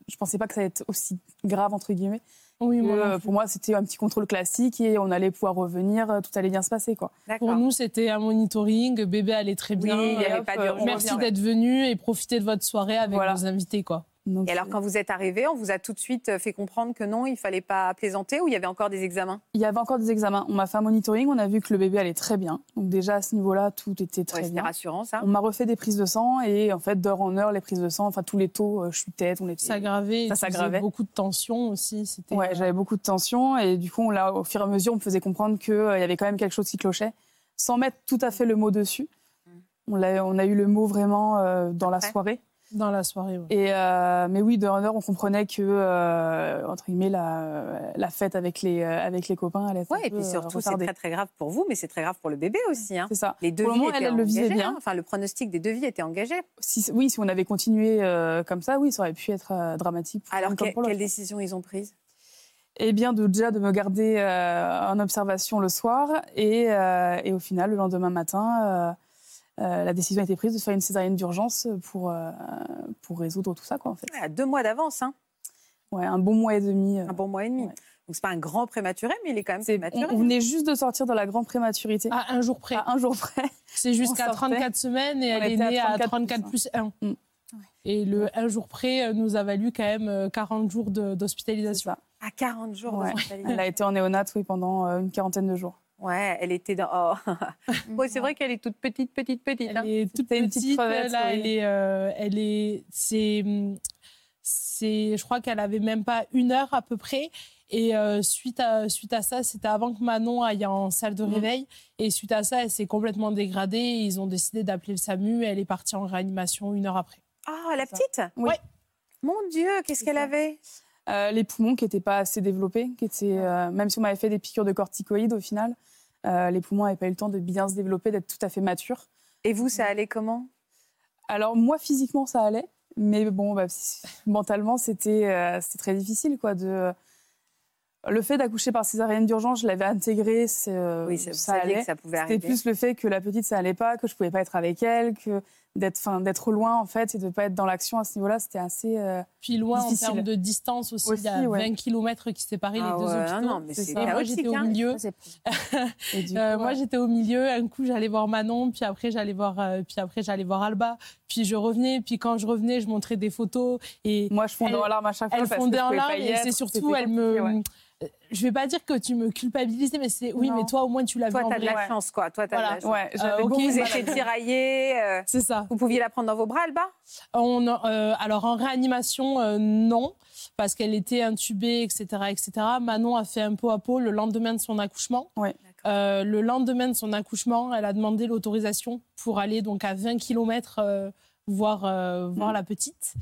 S7: je pensais pas que ça allait être aussi grave entre guillemets.
S6: Oui,
S7: Que,
S6: moi non
S7: euh, pour moi c'était un petit contrôle classique et on allait pouvoir revenir, euh, tout allait bien se passer quoi.
S6: Pour nous, c'était un monitoring. Bébé allait très bien. euh,
S1: il y avait pas d'urgence.
S6: Merci
S1: Ouais.
S6: d'être venu et profitez de votre soirée avec vos invités, quoi.
S1: Et alors, quand vous êtes arrivé, on vous a tout de suite euh, fait comprendre que non, il fallait pas plaisanter ou il y avait encore des examens
S7: Il y avait encore des examens. On m'a fait un monitoring, on a vu que le bébé allait très bien. Donc déjà à ce niveau-là, tout était très bien.
S1: rassurant ça.
S7: On m'a refait des prises de sang et en fait d'heure en heure les prises de sang, enfin tous les taux euh, chutaient, on était.
S6: S'aggraver.
S7: Ça
S6: tu faisais
S7: s'aggravait.
S6: Beaucoup de tension aussi. C'était. euh,
S7: Ouais, j'avais beaucoup de tension et du coup, on l'a- au fur et à mesure, on me faisait comprendre qu'il y avait quand même quelque chose qui clochait, sans mettre tout à fait le mot dessus.
S1: Mm.
S7: On l'a- on a, eu le mot vraiment euh, dans la soirée.
S6: Dans la soirée. ouais.
S7: Et euh, mais oui, de en heure, on comprenait que euh, entre guillemets la, la fête avec les euh, avec les copains allait être
S1: Ouais,
S7: un
S1: et
S7: peu,
S1: puis
S7: euh,
S1: surtout, c'est
S7: retardée.
S1: très très grave pour vous, mais c'est très grave pour le bébé aussi. Hein.
S7: C'est ça.
S1: Les deux
S7: Pour le moment, elle, elle le visait bien.
S1: hein. Enfin, le pronostic des devis était engagé.
S7: Si- oui, si on avait continué euh, comme ça, oui, ça aurait pu être euh, dramatique. pour
S1: Alors,
S7: l'un comme
S1: que-
S7: pour l'autre.
S1: quelle décision ils ont prise
S7: Eh bien, de, déjà de me garder euh, en observation le soir. Et, euh, et au final, le lendemain matin, euh, euh, la décision a été prise de faire une césarienne d'urgence pour, euh, pour résoudre tout ça, quoi, en fait.
S1: Ouais, À deux mois d'avance. Hein.
S7: Ouais, un bon mois et demi. euh,
S1: Un bon mois et demi. Donc, c'est pas un grand prématuré, mais il est quand même
S7: On,
S1: prématuré.
S7: on venait juste de sortir de la grande prématurité.
S6: À Ah, un jour près.
S7: À un jour près. (laughs)
S6: C'est jusqu'à 34 semaines et
S7: On
S6: elle est
S7: était à
S6: née à
S7: 34
S6: 34 plus 1.
S1: Mm.
S6: Et le un jour près euh, nous a valu quand même euh, 40 jours de- d'hospitalisation.
S1: À 40 jours
S7: Ouais.
S1: d'hospitalisation.
S7: Elle a été en néonate oui, pendant euh, une quarantaine de jours.
S1: Ouais, elle était dans. (laughs)
S7: (laughs)
S1: oh. Bon, c'est vrai qu'elle est toute petite, petite, petite. hein.
S6: Elle est toute
S7: C'était une
S6: petite,
S7: petite crevette,
S6: là,
S7: oui.
S6: elle est, euh, elle est, c'est, hum, c'est, je crois qu'elle avait même pas une heure à peu près. Et euh, suite à suite à ça, c'était avant que Manon aille en salle de
S1: Mhm.
S6: réveil. Et suite à ça, elle s'est complètement dégradée. Et ils ont décidé d'appeler le SAMU. Elle est partie en réanimation une heure après.
S1: Ah, la petite
S7: Oui.
S1: Mon Dieu, qu'est-ce qu'elle avait
S7: Euh, les poumons qui n'étaient pas assez développés, qui étaient, euh, même si on m'avait fait des piqûres de corticoïdes au final, euh, les poumons n'avaient pas eu le temps de bien se développer, d'être tout à fait matures.
S1: Et vous, ça allait comment
S7: Alors moi, physiquement, ça allait, mais bon, bah, psy- mentalement, c'était euh, c'était très difficile. Quoi, de... Le fait d'accoucher par césarienne d'urgence, je l'avais intégré, c'est, euh,
S1: Oui, c'est- vous saviez que ça pouvait
S7: C'était
S1: arriver.
S7: plus le fait que la petite, ça allait pas, que je pouvais pas être avec elle, que d'être 'fin, d'être loin en fait et de pas être dans l'action à ce niveau-là, c'était assez euh,
S6: Puis loin
S7: difficile.
S6: en termes de distance aussi, il y a
S7: Aussi, ouais.
S6: 20 km qui séparent
S1: Ah
S6: les deux
S1: ouais,
S6: hôpitaux.
S1: non, mais c'est
S6: Et moi
S1: chaotique,
S6: j'étais au
S1: hein.
S6: milieu. (laughs)
S7: Et du
S6: Euh,
S7: coup,
S6: Moi
S7: ouais.
S6: j'étais au milieu. Un coup j'allais voir Manon, puis après j'allais voir, euh, puis après j'allais voir Alba, puis je revenais, puis quand je revenais je montrais des photos et
S7: moi je fondais
S6: elle-
S7: en larmes à chaque fois
S6: Elle
S7: parce que
S6: fondait
S7: je
S6: en
S7: pouvais pas
S6: larmes
S7: y
S6: et
S7: être,
S6: c'est
S7: c'était
S6: surtout elle me.
S7: compliqué, ouais.
S6: Euh, Je vais pas dire que tu me culpabilisais, mais c'est oui,
S7: Non.
S6: mais toi au moins tu l'as vu
S1: Toi,
S6: en
S1: t'as de la
S6: vrai.
S1: chance, quoi. Toi, t'as
S6: Voilà.
S1: de la chance.
S6: Ouais,
S7: Euh,
S6: j'avais
S1: ok,
S6: beaucoup de
S1: vous
S6: mal
S1: étiez
S6: avec-
S1: tiraillés. euh,
S6: C'est ça.
S1: Vous pouviez la prendre dans vos bras, Alba
S6: On, euh, alors en réanimation, euh, non, parce qu'elle était intubée, etc., etc. Manon a fait un pot à pot le lendemain de son accouchement. Euh, le lendemain de son accouchement, elle a demandé l'autorisation pour aller donc à 20 km voir, euh, voir
S1: Mm.
S6: la petite.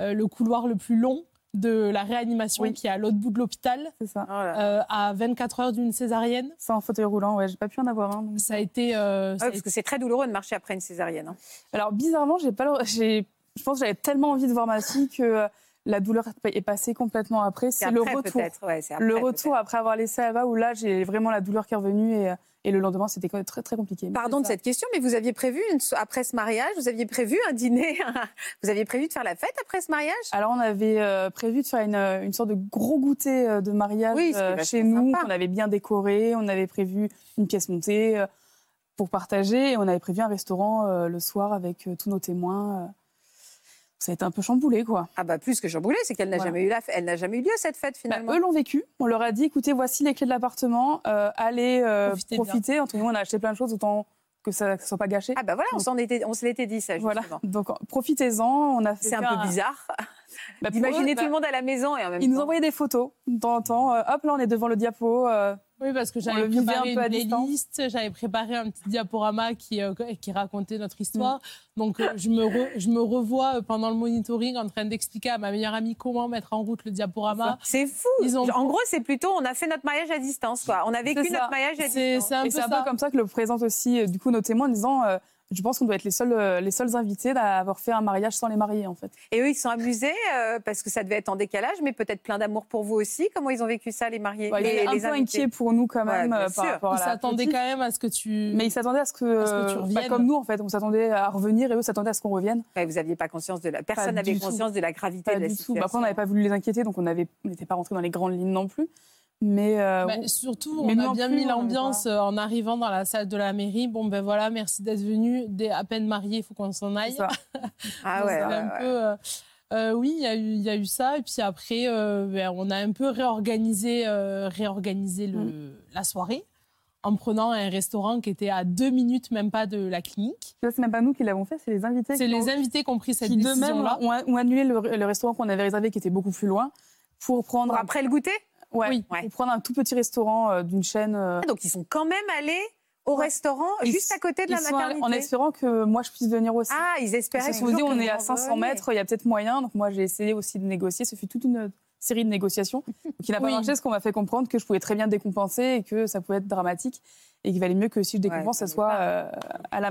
S6: Euh, le couloir le plus long de la réanimation qui est à l'autre bout de l'hôpital,
S1: Oh
S6: euh, à 24 heures d'une césarienne.
S7: Ça en fauteuil roulant, ouais, j'ai pas pu en avoir un.
S6: Ça a été.
S7: Ah
S6: euh, ça
S1: Ouais,
S6: a
S1: Parce que c'est très douloureux de marcher après une césarienne. hein.
S7: Alors bizarrement, j'ai pas, le- j'ai, je pense que j'avais tellement envie de voir ma fille que euh, la douleur est passée complètement après. C'est,
S1: C'est
S7: le
S1: après,
S7: retour,
S1: peut-être, ouais, c'est après,
S7: le retour après avoir laissé Alba où là j'ai vraiment la douleur qui est revenue et euh, Et le lendemain, c'était quand même très, très compliqué.
S1: Pardon de cette question, mais vous aviez prévu, une so- après ce mariage, vous aviez prévu un dîner (laughs) un- Vous aviez prévu de faire la fête après ce mariage
S7: Alors, on avait euh, prévu de faire une, euh, une sorte de gros goûter euh, de mariage
S1: Oui, ce qui est
S7: euh,
S1: vachement
S7: chez nous.
S1: sympa.
S7: On avait bien décoré, on avait prévu une pièce montée euh, pour partager et on avait prévu un restaurant euh, le soir avec euh, tous nos témoins. euh. Ça a été un peu chamboulé, quoi.
S1: Ah bah plus que chamboulé, c'est qu'elle n'a
S7: Voilà. Bah,
S1: jamais eu la f- elle n'a jamais eu lieu cette fête finalement.
S7: Eux l'ont vécu. On leur a dit, écoutez, voici les clés de l'appartement, euh, allez euh,
S1: Profitez bien.
S7: profiter. Entre nous, on a acheté plein de choses, autant que ça ne soit pas gâché.
S1: Ah bah voilà, on s'en était, on se l'était dit ça justement.
S7: Voilà. Donc en- profitez-en. On a fait
S1: C'est un
S7: faire
S1: peu bizarre.
S7: Bah, pour
S1: Imaginez
S7: eux,
S1: tout le
S7: bah,
S1: monde à la maison et en même
S7: Ils nous
S1: temps.
S7: envoyaient des photos de temps en temps. Euh, hop, là, on est devant le diapo. euh,
S6: Oui, parce que
S7: on
S6: j'avais
S7: le vivait
S6: préparé
S7: un peu à
S6: une
S7: distance.
S6: playlist, j'avais préparé un petit diaporama qui, euh, qui racontait notre
S7: Mm.
S6: histoire. Donc, euh, je me, re- je me revois euh, pendant le monitoring en train d'expliquer à ma meilleure amie comment mettre en route le diaporama.
S1: C'est fou.
S6: Ils ont-
S1: En gros, c'est plutôt on a fait notre mariage à distance quoi. On a vécu
S7: C'est ça.
S1: notre mariage à
S6: C'est
S1: distance.
S6: c'est un
S7: et
S6: peu
S7: c'est un
S6: ça.
S7: peu comme ça que le présente aussi, euh, du coup, nos témoins en disant euh, Je pense qu'on doit être les seuls, euh, les seuls invités à avoir fait un mariage sans les marier, en fait.
S1: Et eux ils se sont amusés euh, parce que ça devait être en décalage mais peut-être plein d'amour pour vous aussi. Comment ils ont vécu ça les mariés
S7: Bah, ils
S1: les,
S7: étaient un
S1: les
S7: peu
S1: invités
S7: inquiets pour nous, quand
S1: Ouais,
S7: même,
S1: bien
S7: euh,
S1: sûr.
S7: par rapport
S6: Ils
S7: à la
S6: s'attendaient
S7: petite.
S6: quand même à ce que tu.
S7: Mais ils s'attendaient à ce que,
S6: À ce que tu
S7: euh, bah,
S6: reviennes.
S7: comme nous, en fait, on s'attendait à revenir et eux s'attendaient à ce qu'on revienne.
S1: Ouais, vous aviez pas conscience de la personne
S7: Pas
S1: n'avait
S7: du tout.
S1: conscience de la gravité
S7: Pas
S1: de la
S7: du tout.
S1: situation.
S7: Bah, après, on n'avait pas voulu les inquiéter, donc on n'était on n'était pas rentré dans les grandes lignes non plus. Mais euh,
S6: Bah,
S7: on-
S6: surtout,
S7: Mais
S6: on
S7: nous
S6: a
S7: non
S6: bien
S7: plus,
S6: mis
S7: on avait
S6: l'ambiance euh, en arrivant dans la salle de la mairie. Bon, ben voilà, merci d'être venu. Dès à peine marié, il faut qu'on s'en aille.
S7: c'est
S6: (laughs)
S7: ça.
S1: Ah
S6: Donc,
S1: ouais,
S6: c'était
S1: ouais,
S6: un
S1: ouais.
S6: peu, euh, euh, oui, il y, a eu- il y a eu ça. Et puis après, euh, ben, on a un peu réorganisé, euh, réorganisé le,
S1: Mm.
S6: la soirée en prenant un restaurant qui était à deux minutes, même pas de la clinique.
S7: Là, c'est même pas nous qui l'avons fait, c'est les invités.
S6: C'est
S7: qui ont-
S6: les invités qui ont pris cette
S7: qui de même
S6: décision-là.
S7: ont, ont annulé le, le restaurant qu'on avait réservé qui était beaucoup plus loin pour prendre
S1: Pour
S7: un-
S1: après le goûter
S7: ouais,
S1: Oui. Ouais.
S7: pour prendre un tout petit restaurant euh, d'une chaîne euh,
S1: Ah, donc ils sont quand même allés au
S7: Ouais.
S1: restaurant
S7: Ils-
S1: juste à côté de la
S7: ils sont allés-
S1: maternité.
S7: en espérant que moi je puisse venir aussi.
S1: Ah, ils
S7: ils
S1: espéraient.
S7: se sont
S1: toujours
S7: dit
S1: que
S7: on
S1: vous
S7: est
S1: en
S7: à 500
S1: reveniez.
S7: mètres, il y a peut-être moyen. Donc moi j'ai essayé aussi de négocier. Ce fut toute une série
S1: (laughs)
S7: de négociations qui n'a pas
S6: Oui.
S7: marché parce qu'on m'a fait comprendre que je pouvais très bien décompenser et que ça pouvait être dramatique et qu'il valait mieux que si je décompense,
S1: ça
S7: ça soit euh, à la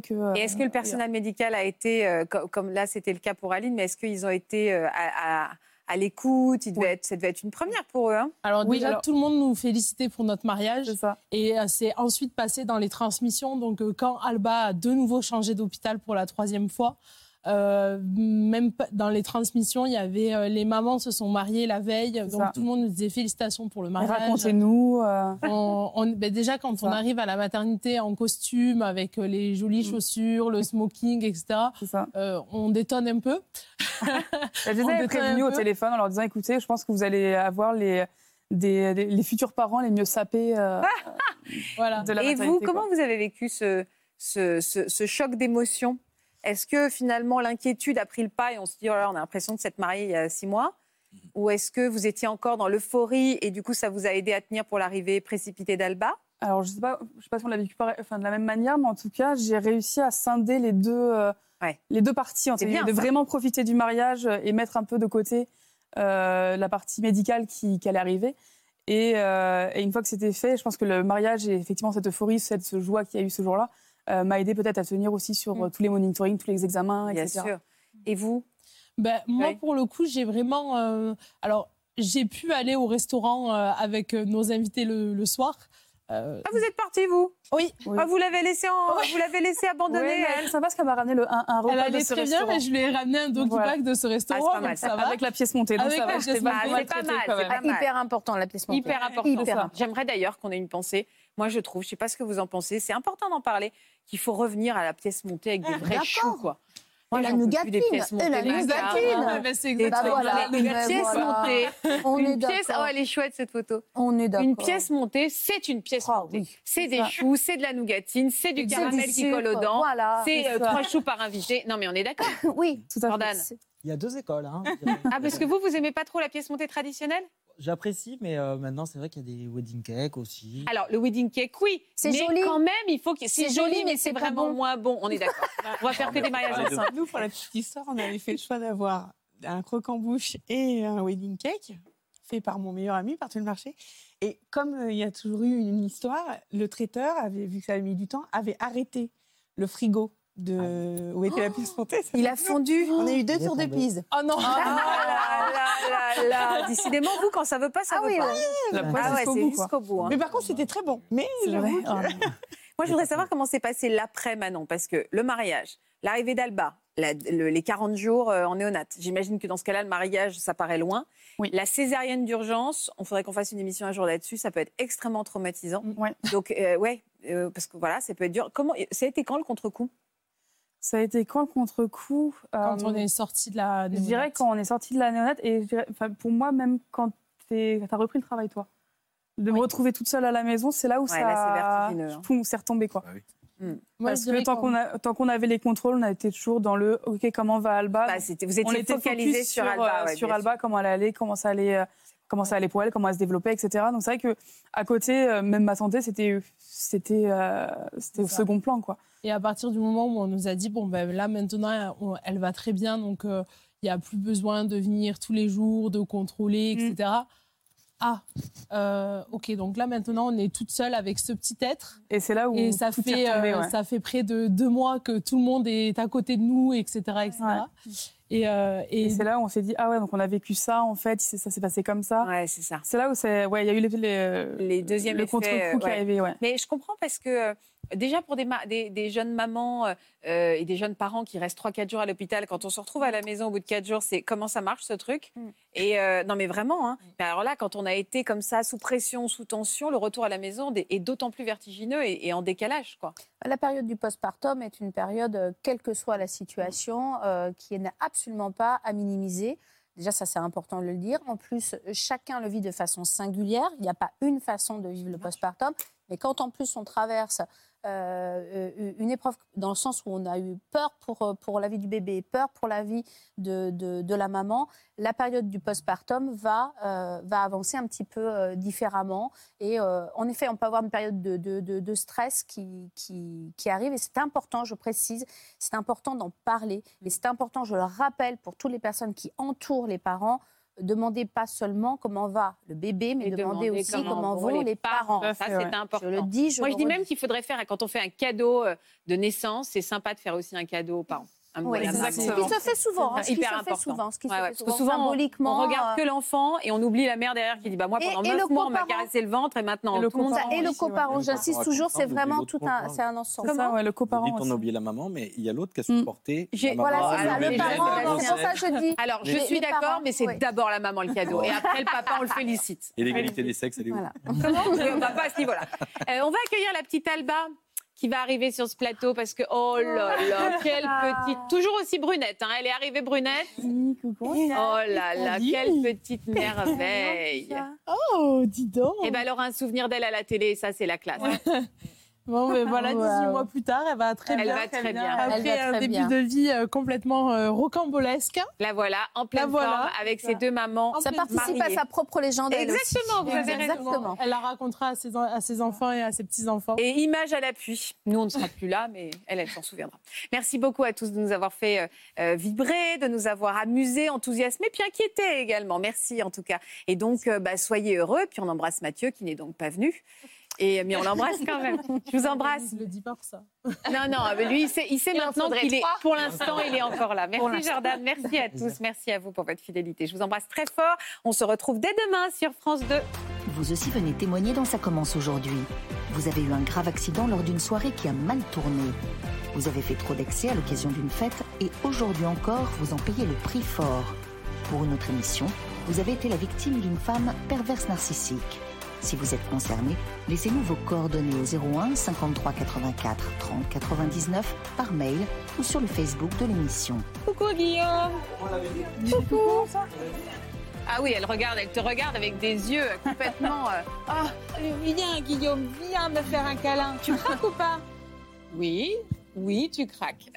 S1: (laughs)
S7: que. euh,
S1: Et est-ce que le personnel médical a été, euh, co- comme, là c'était le cas pour Aline, mais est-ce qu'ils ont été euh, à, à- à l'écoute Ils devaient être- Ça devait être une première pour eux. hein.
S6: Alors
S7: Oui,
S6: déjà,
S7: alors-
S6: tout le monde nous félicitait pour notre mariage.
S7: c'est ça.
S6: Et euh, c'est ensuite passé dans les transmissions. Donc, euh, quand Alba a de nouveau changé d'hôpital pour la troisième fois, euh, même pas- dans les transmissions, il y avait euh, les mamans se sont mariées la veille. Donc,
S7: ça.
S6: tout le monde nous disait félicitations pour le mariage.
S7: Racontez-nous. euh,
S6: On- on- ben déjà, quand
S7: C'est
S6: on
S7: ça. Mm.
S6: arrive à la maternité en costume, avec euh, les jolies chaussures, le smoking, etc.,
S7: c'est ça.
S6: euh, on détonne un peu.
S1: Bah,
S7: Je les
S6: On
S7: avais
S6: détend
S7: prévenus
S6: un
S7: au
S6: peu.
S7: téléphone en leur disant écoutez, je pense que vous allez avoir les, des, des- les futurs parents les mieux sapés euh,
S1: Ah
S6: Voilà.
S7: de la
S1: Et
S7: maternité,
S1: vous,
S7: quoi.
S1: comment vous avez vécu ce, ce, ce- ce choc d'émotion Est-ce que finalement l'inquiétude a pris le pas et on se dit, oh là là, on a l'impression de s'être marié il y a six mois Ou est-ce que vous étiez encore dans l'euphorie et du coup ça vous a aidé à tenir pour l'arrivée précipitée d'Alba
S7: Alors, je ne sais, pas- je sais pas si on l'a vécu pareil- enfin, de la même manière, mais en tout cas, j'ai réussi à scinder les deux, euh,
S1: Ouais.
S7: les deux parties, entre
S1: C'est bien,
S7: guillemets, de
S1: ça.
S7: vraiment profiter du mariage euh, et mettre un peu de côté euh, la partie médicale qui, qui allait arriver. Et, euh, et une fois que c'était fait, je pense que le mariage et effectivement cette euphorie, cette ce joie qu'il y a eu ce jour-là, euh, m'a aidé peut-être à tenir aussi sur
S6: Mm.
S7: euh, tous les monitorings, tous les examens,
S1: Bien
S7: etc.
S1: sûr. Et vous
S6: Ben, moi,
S1: Oui.
S6: pour le coup, j'ai vraiment. euh, alors, j'ai pu aller au restaurant euh, avec euh, nos invités le, le soir. Euh,
S1: Ah, vous êtes parti, vous
S6: Oui.
S1: Ah, vous l'avez laissé, en...
S6: Ouais.
S1: vous l'avez laissé abandonner.
S7: Ouais, mais
S1: elle.
S7: elle est sympa parce qu'elle m'a ramené le, un, un repas
S6: elle
S7: de
S6: allait
S7: ce
S6: très bien,
S7: restaurant.
S6: mais je lui ai ramené un doggy
S7: Voilà.
S6: bag de ce
S1: Ah, pas
S6: restaurant,
S1: mal,
S6: donc
S1: ça.
S6: ça va.
S7: Avec la pièce montée, donc
S6: Avec
S7: ça
S6: la
S7: va, j'étais
S6: pièce
S7: pas
S6: montée.
S7: mal
S1: Ah, c'est pas
S7: traitée,
S1: mal,
S7: quand
S1: c'est
S7: même.
S1: pas mal.
S9: Hyper important, la pièce montée.
S1: Hyper important.
S9: Hyper.
S1: ça. J'aimerais d'ailleurs qu'on ait une pensée. Moi, je trouve, je sais pas ce que vous en pensez, c'est important d'en parler, qu'il faut revenir à la pièce montée
S6: Ah,
S1: avec des vrais
S9: d'accord.
S1: choux, quoi.
S9: Et la
S1: j'en peux plus
S9: nougatine,
S1: des pièces
S9: et
S1: montées
S9: la
S1: machin.
S9: nougatine.
S6: Ah, ben, c'est
S1: Des
S9: Bah
S1: trucs-
S6: exactement
S9: voilà.
S1: une
S9: mais
S1: pièce
S9: voilà.
S1: montée.
S9: On est
S1: une pièce, oh,
S9: d'accord.
S1: elle est chouette cette photo.
S9: On est d'accord.
S1: Une pièce montée, c'est une pièce
S9: Ah,
S1: montée.
S9: oui.
S1: C'est des
S7: ça.
S1: choux, c'est de la nougatine, c'est du
S9: C'est
S1: caramel
S9: du
S1: qui colle aux
S9: sucre,
S1: dents,
S9: Voilà.
S1: c'est euh,
S7: c'est ça.
S1: trois choux par invité. Non, mais on est (laughs) d'accord,
S9: Oui.
S7: Tout à fait.
S1: Jordan.
S5: Il y a deux écoles. hein.
S1: (laughs) Ah, parce que vous, vous aimez pas trop la pièce montée traditionnelle
S5: J'apprécie, mais euh, maintenant, c'est vrai qu'il y a des wedding cakes aussi.
S1: Alors, le wedding cake, oui.
S9: C'est
S1: mais
S9: joli.
S1: quand même, il faut que. C'est
S9: C'est joli,
S1: joli, mais
S9: mais
S1: c'est
S9: c'est pas
S1: vraiment
S9: bon.
S1: moins bon. On est d'accord. On va faire que des mariages
S10: Allez, deux.
S1: ensemble.
S4: Nous, pour la petite histoire, on avait fait le choix d'avoir un croque en bouche et un wedding cake fait par mon meilleur ami, par tout le marché. Et comme euh, il y a toujours eu une histoire, le traiteur, avait, vu que ça avait mis du temps, avait arrêté le frigo
S12: Ah
S4: de où était la piste montée.
S1: Il a fondu.
S2: On a eu deux tours de pise.
S6: Oh
S4: (laughs)
S6: non
S1: Ah là là là (laughs) Décidément, vous, quand ça veut pas, ça
S2: Ah
S1: veut
S2: oui,
S1: pas.
S2: ouais.
S4: La
S1: Ah
S4: preuve,
S1: ouais,
S4: jusqu'au
S1: c'est
S4: bout, quoi.
S1: jusqu'au bout, hein.
S4: Mais par contre, c'était très bon. Mais
S1: C'est
S4: j'avoue
S1: vrai.
S4: que-
S1: (laughs) Moi, je voudrais savoir comment s'est passé l'après Manon, parce que le mariage, l'arrivée d'Alba, la- le- les 40 jours euh, en néonate, j'imagine que dans ce cas-là, le mariage, ça paraît loin. La césarienne d'urgence, on faudrait qu'on fasse une émission un jour là-dessus, ça peut être extrêmement traumatisant.
S4: Mm,
S1: Donc, euh, ouais, euh, parce que voilà, ça peut être dur. Comment, ça a été quand le contre-coup
S12: Ça a été quand le contre-coup
S6: Quand
S12: Euh,
S6: on est sorti de la.
S12: Je dirais quand on est sorti de la néonate, et je dirais- enfin, pour moi, même quand tu as repris le travail, toi, de me retrouver toute seule à la maison, c'est là où
S1: Ouais,
S12: ça.
S1: là, c'est vertigineux, hein.
S12: Poum, c'est retombé, quoi.
S6: Moi,
S12: Parce
S6: je
S12: que
S6: dirais
S12: tant
S6: qu'on-
S12: qu'on a- tant qu'on avait les contrôles, on était toujours dans le OK, comment va Alba
S1: Bah, vous étiez
S12: On était
S1: focalisé
S12: focus
S1: sur Alba,
S12: euh,
S1: ouais,
S12: sur
S1: bien
S12: Alba, comment elle allait, comment ça allait, euh, comment ça allait pour elle, comment elle se développait, etc. Donc c'est vrai que à côté, euh, même ma santé, c'était, c'était, euh, c'était au
S6: ça.
S12: second plan, quoi.
S6: Et à partir du moment où on nous a dit, bon, ben là, maintenant, on- elle va très bien, donc euh, il n'y a plus besoin de venir tous les jours, de contrôler, etc. Ah, euh, ok, donc là, maintenant, on est toute seule avec ce petit être.
S12: Et c'est là où
S6: Et ça,
S12: tout
S6: fait,
S12: est retombé,
S6: euh,
S12: ouais.
S6: ça fait près de deux mois que tout le monde est à côté de nous, etc. etc. Et, euh, et-
S12: Et c'est là où on s'est dit ah ouais donc on a vécu ça en fait c'est- ça s'est passé comme ça
S1: ouais c'est ça
S12: c'est là où c'est ouais il y a eu les les,
S1: deuxième
S12: le
S1: effet,
S12: contre-coup
S1: euh,
S12: qui est
S1: ouais.
S12: arrivé ouais
S1: Mais je comprends parce que euh, déjà pour des, ma- des, des jeunes mamans euh, euh, et des jeunes parents qui restent 3-4 jours à l'hôpital, quand on se retrouve à la maison au bout de 4 jours, c'est comment ça marche ce truc
S9: Mm.
S1: Et euh, non mais vraiment, hein. Mais alors là, quand on a été comme ça, sous pression, sous tension, le retour à la maison des- est d'autant plus vertigineux et, et en décalage. quoi.
S9: La période du postpartum est une période, euh, quelle que soit la situation, euh, qui n'est absolument pas à minimiser. Déjà, ça c'est important de le dire. En plus, chacun le vit de façon singulière. Il n'y a pas une façon de vivre le postpartum. Mais quand en plus on traverse euh, euh, une épreuve dans le sens où on a eu peur pour, euh, pour la vie du bébé, peur pour la vie de, de- de la maman, la période du postpartum va, euh, va avancer un petit peu euh, différemment. Et euh, en effet, on peut avoir une période de, de- de- de stress qui, qui, qui arrive. Et c'est important, je précise, c'est important d'en parler. Et c'est important, je le rappelle, pour toutes les personnes qui entourent les parents. Demandez pas seulement comment va le bébé, mais demandez, aussi comment, vont les parents.
S1: Ça, c'est important.
S9: Je le dis, je
S1: Moi,
S9: le
S1: je dis même
S9: redis.
S1: qu'il faudrait faire, quand on fait un cadeau euh, de naissance, c'est sympa de faire aussi un cadeau aux parents. Un
S9: Oui,
S1: moyen de
S9: exactement.
S1: marquer.
S9: Ce qui se fait souvent, hein, ce qui
S1: hyper
S9: se fait
S1: important.
S9: souvent, ce qui se fait
S1: parce que
S9: souvent.
S1: souvent, on-
S9: Symboliquement,
S1: on regarde que
S9: euh,
S1: l'enfant et on oublie la mère derrière qui dit bah moi
S9: Et-
S1: pendant
S9: et
S1: 9
S9: le
S1: mois on m'a
S9: coparent.
S1: caressé le ventre et maintenant
S9: le
S1: tout le monde
S9: coparent. Et le coparent, j'insiste toujours, c'est vraiment tout un, c'est un ensemble.
S10: Vous dites, on a oublié la maman, mais il y a l'autre qui a
S1: Hmm.
S10: supporté. la
S1: bah,
S10: maman. Ah,
S9: Voilà, c'est ça,
S10: le
S9: le
S10: bébé,
S9: parent,
S10: la
S9: c'est pour ça que je dis.
S1: Alors, je
S9: Les-
S1: suis
S9: les
S1: d'accord,
S9: parents,
S1: mais c'est
S9: oui.
S1: d'abord la maman le cadeau. Et après, le papa, (laughs) on le félicite.
S10: Et l'égalité des sexes, elle est où
S1: (laughs) Comment On va pas à ce niveau-là. (laughs) Euh, on va accueillir la petite Alba qui va arriver sur ce plateau parce que, oh là (laughs) là, quelle petite. Toujours aussi brunette, hein. elle est arrivée brunette. Oh là là,
S9: (laughs)
S1: quelle petite merveille.
S6: Oh, dis donc
S1: Et bien, elle aura un souvenir d'elle à la télé, ça, c'est la classe.
S6: (laughs) Bon, mais voilà, 18
S1: Wow.
S6: mois plus tard, elle va très
S1: Elle
S6: bien.
S1: va très bien.
S6: Après
S1: Elle va
S6: un
S1: très
S6: début
S1: bien.
S6: de vie euh, complètement euh, rocambolesque.
S1: La Ben voilà, en
S6: La
S1: pleine
S6: voilà.
S1: forme, avec ses deux mamans.
S9: Ça participe à
S1: mariées.
S9: sa propre légende. elle aussi.
S1: Exactement, vous avez raison.
S9: Exactement.
S6: Elle la racontera à ses, en- à ses enfants et à ses petits-enfants.
S1: Et image à l'appui. Nous, on ne sera plus là, mais elle, elle s'en souviendra. Merci beaucoup à tous de nous avoir fait euh, euh, vibrer, de nous avoir amusés, enthousiasmés, puis inquiétés également. Merci en tout cas. Et donc, euh, bah, soyez heureux. Puis on embrasse Mathieu, qui n'est donc pas venu. Et, mais on l'embrasse
S6: (laughs)
S1: quand même. Je vous embrasse.
S6: Je le dis pas pour ça.
S1: Non, non, mais lui, il sait, il sait
S6: Il en
S1: maintenant
S6: faudrait
S1: qu'il est.
S6: trois.
S1: Pour l'instant, il est encore là.
S6: Pour
S1: Merci
S6: l'instant.
S1: Jordan, merci à tous, merci à vous pour votre fidélité. Je vous embrasse très fort. On se retrouve dès demain sur France 2.
S8: Vous aussi venez témoigner dans Ça commence aujourd'hui. Vous avez eu un grave accident lors d'une soirée qui a mal tourné. Vous avez fait trop d'excès à l'occasion d'une fête et aujourd'hui encore, vous en payez le prix fort. Pour une autre émission, vous avez été la victime d'une femme perverse narcissique. Si vous êtes concerné, laissez-nous vos coordonnées au 01 53 84 30 99 par mail ou sur le Facebook de l'émission.
S1: Coucou Guillaume. Coucou. Ah oui, elle regarde, elle te regarde avec des yeux complètement. euh, (laughs) Ah, viens Guillaume, viens me faire un câlin. Tu craques ou pas Oui, oui, tu craques. (laughs)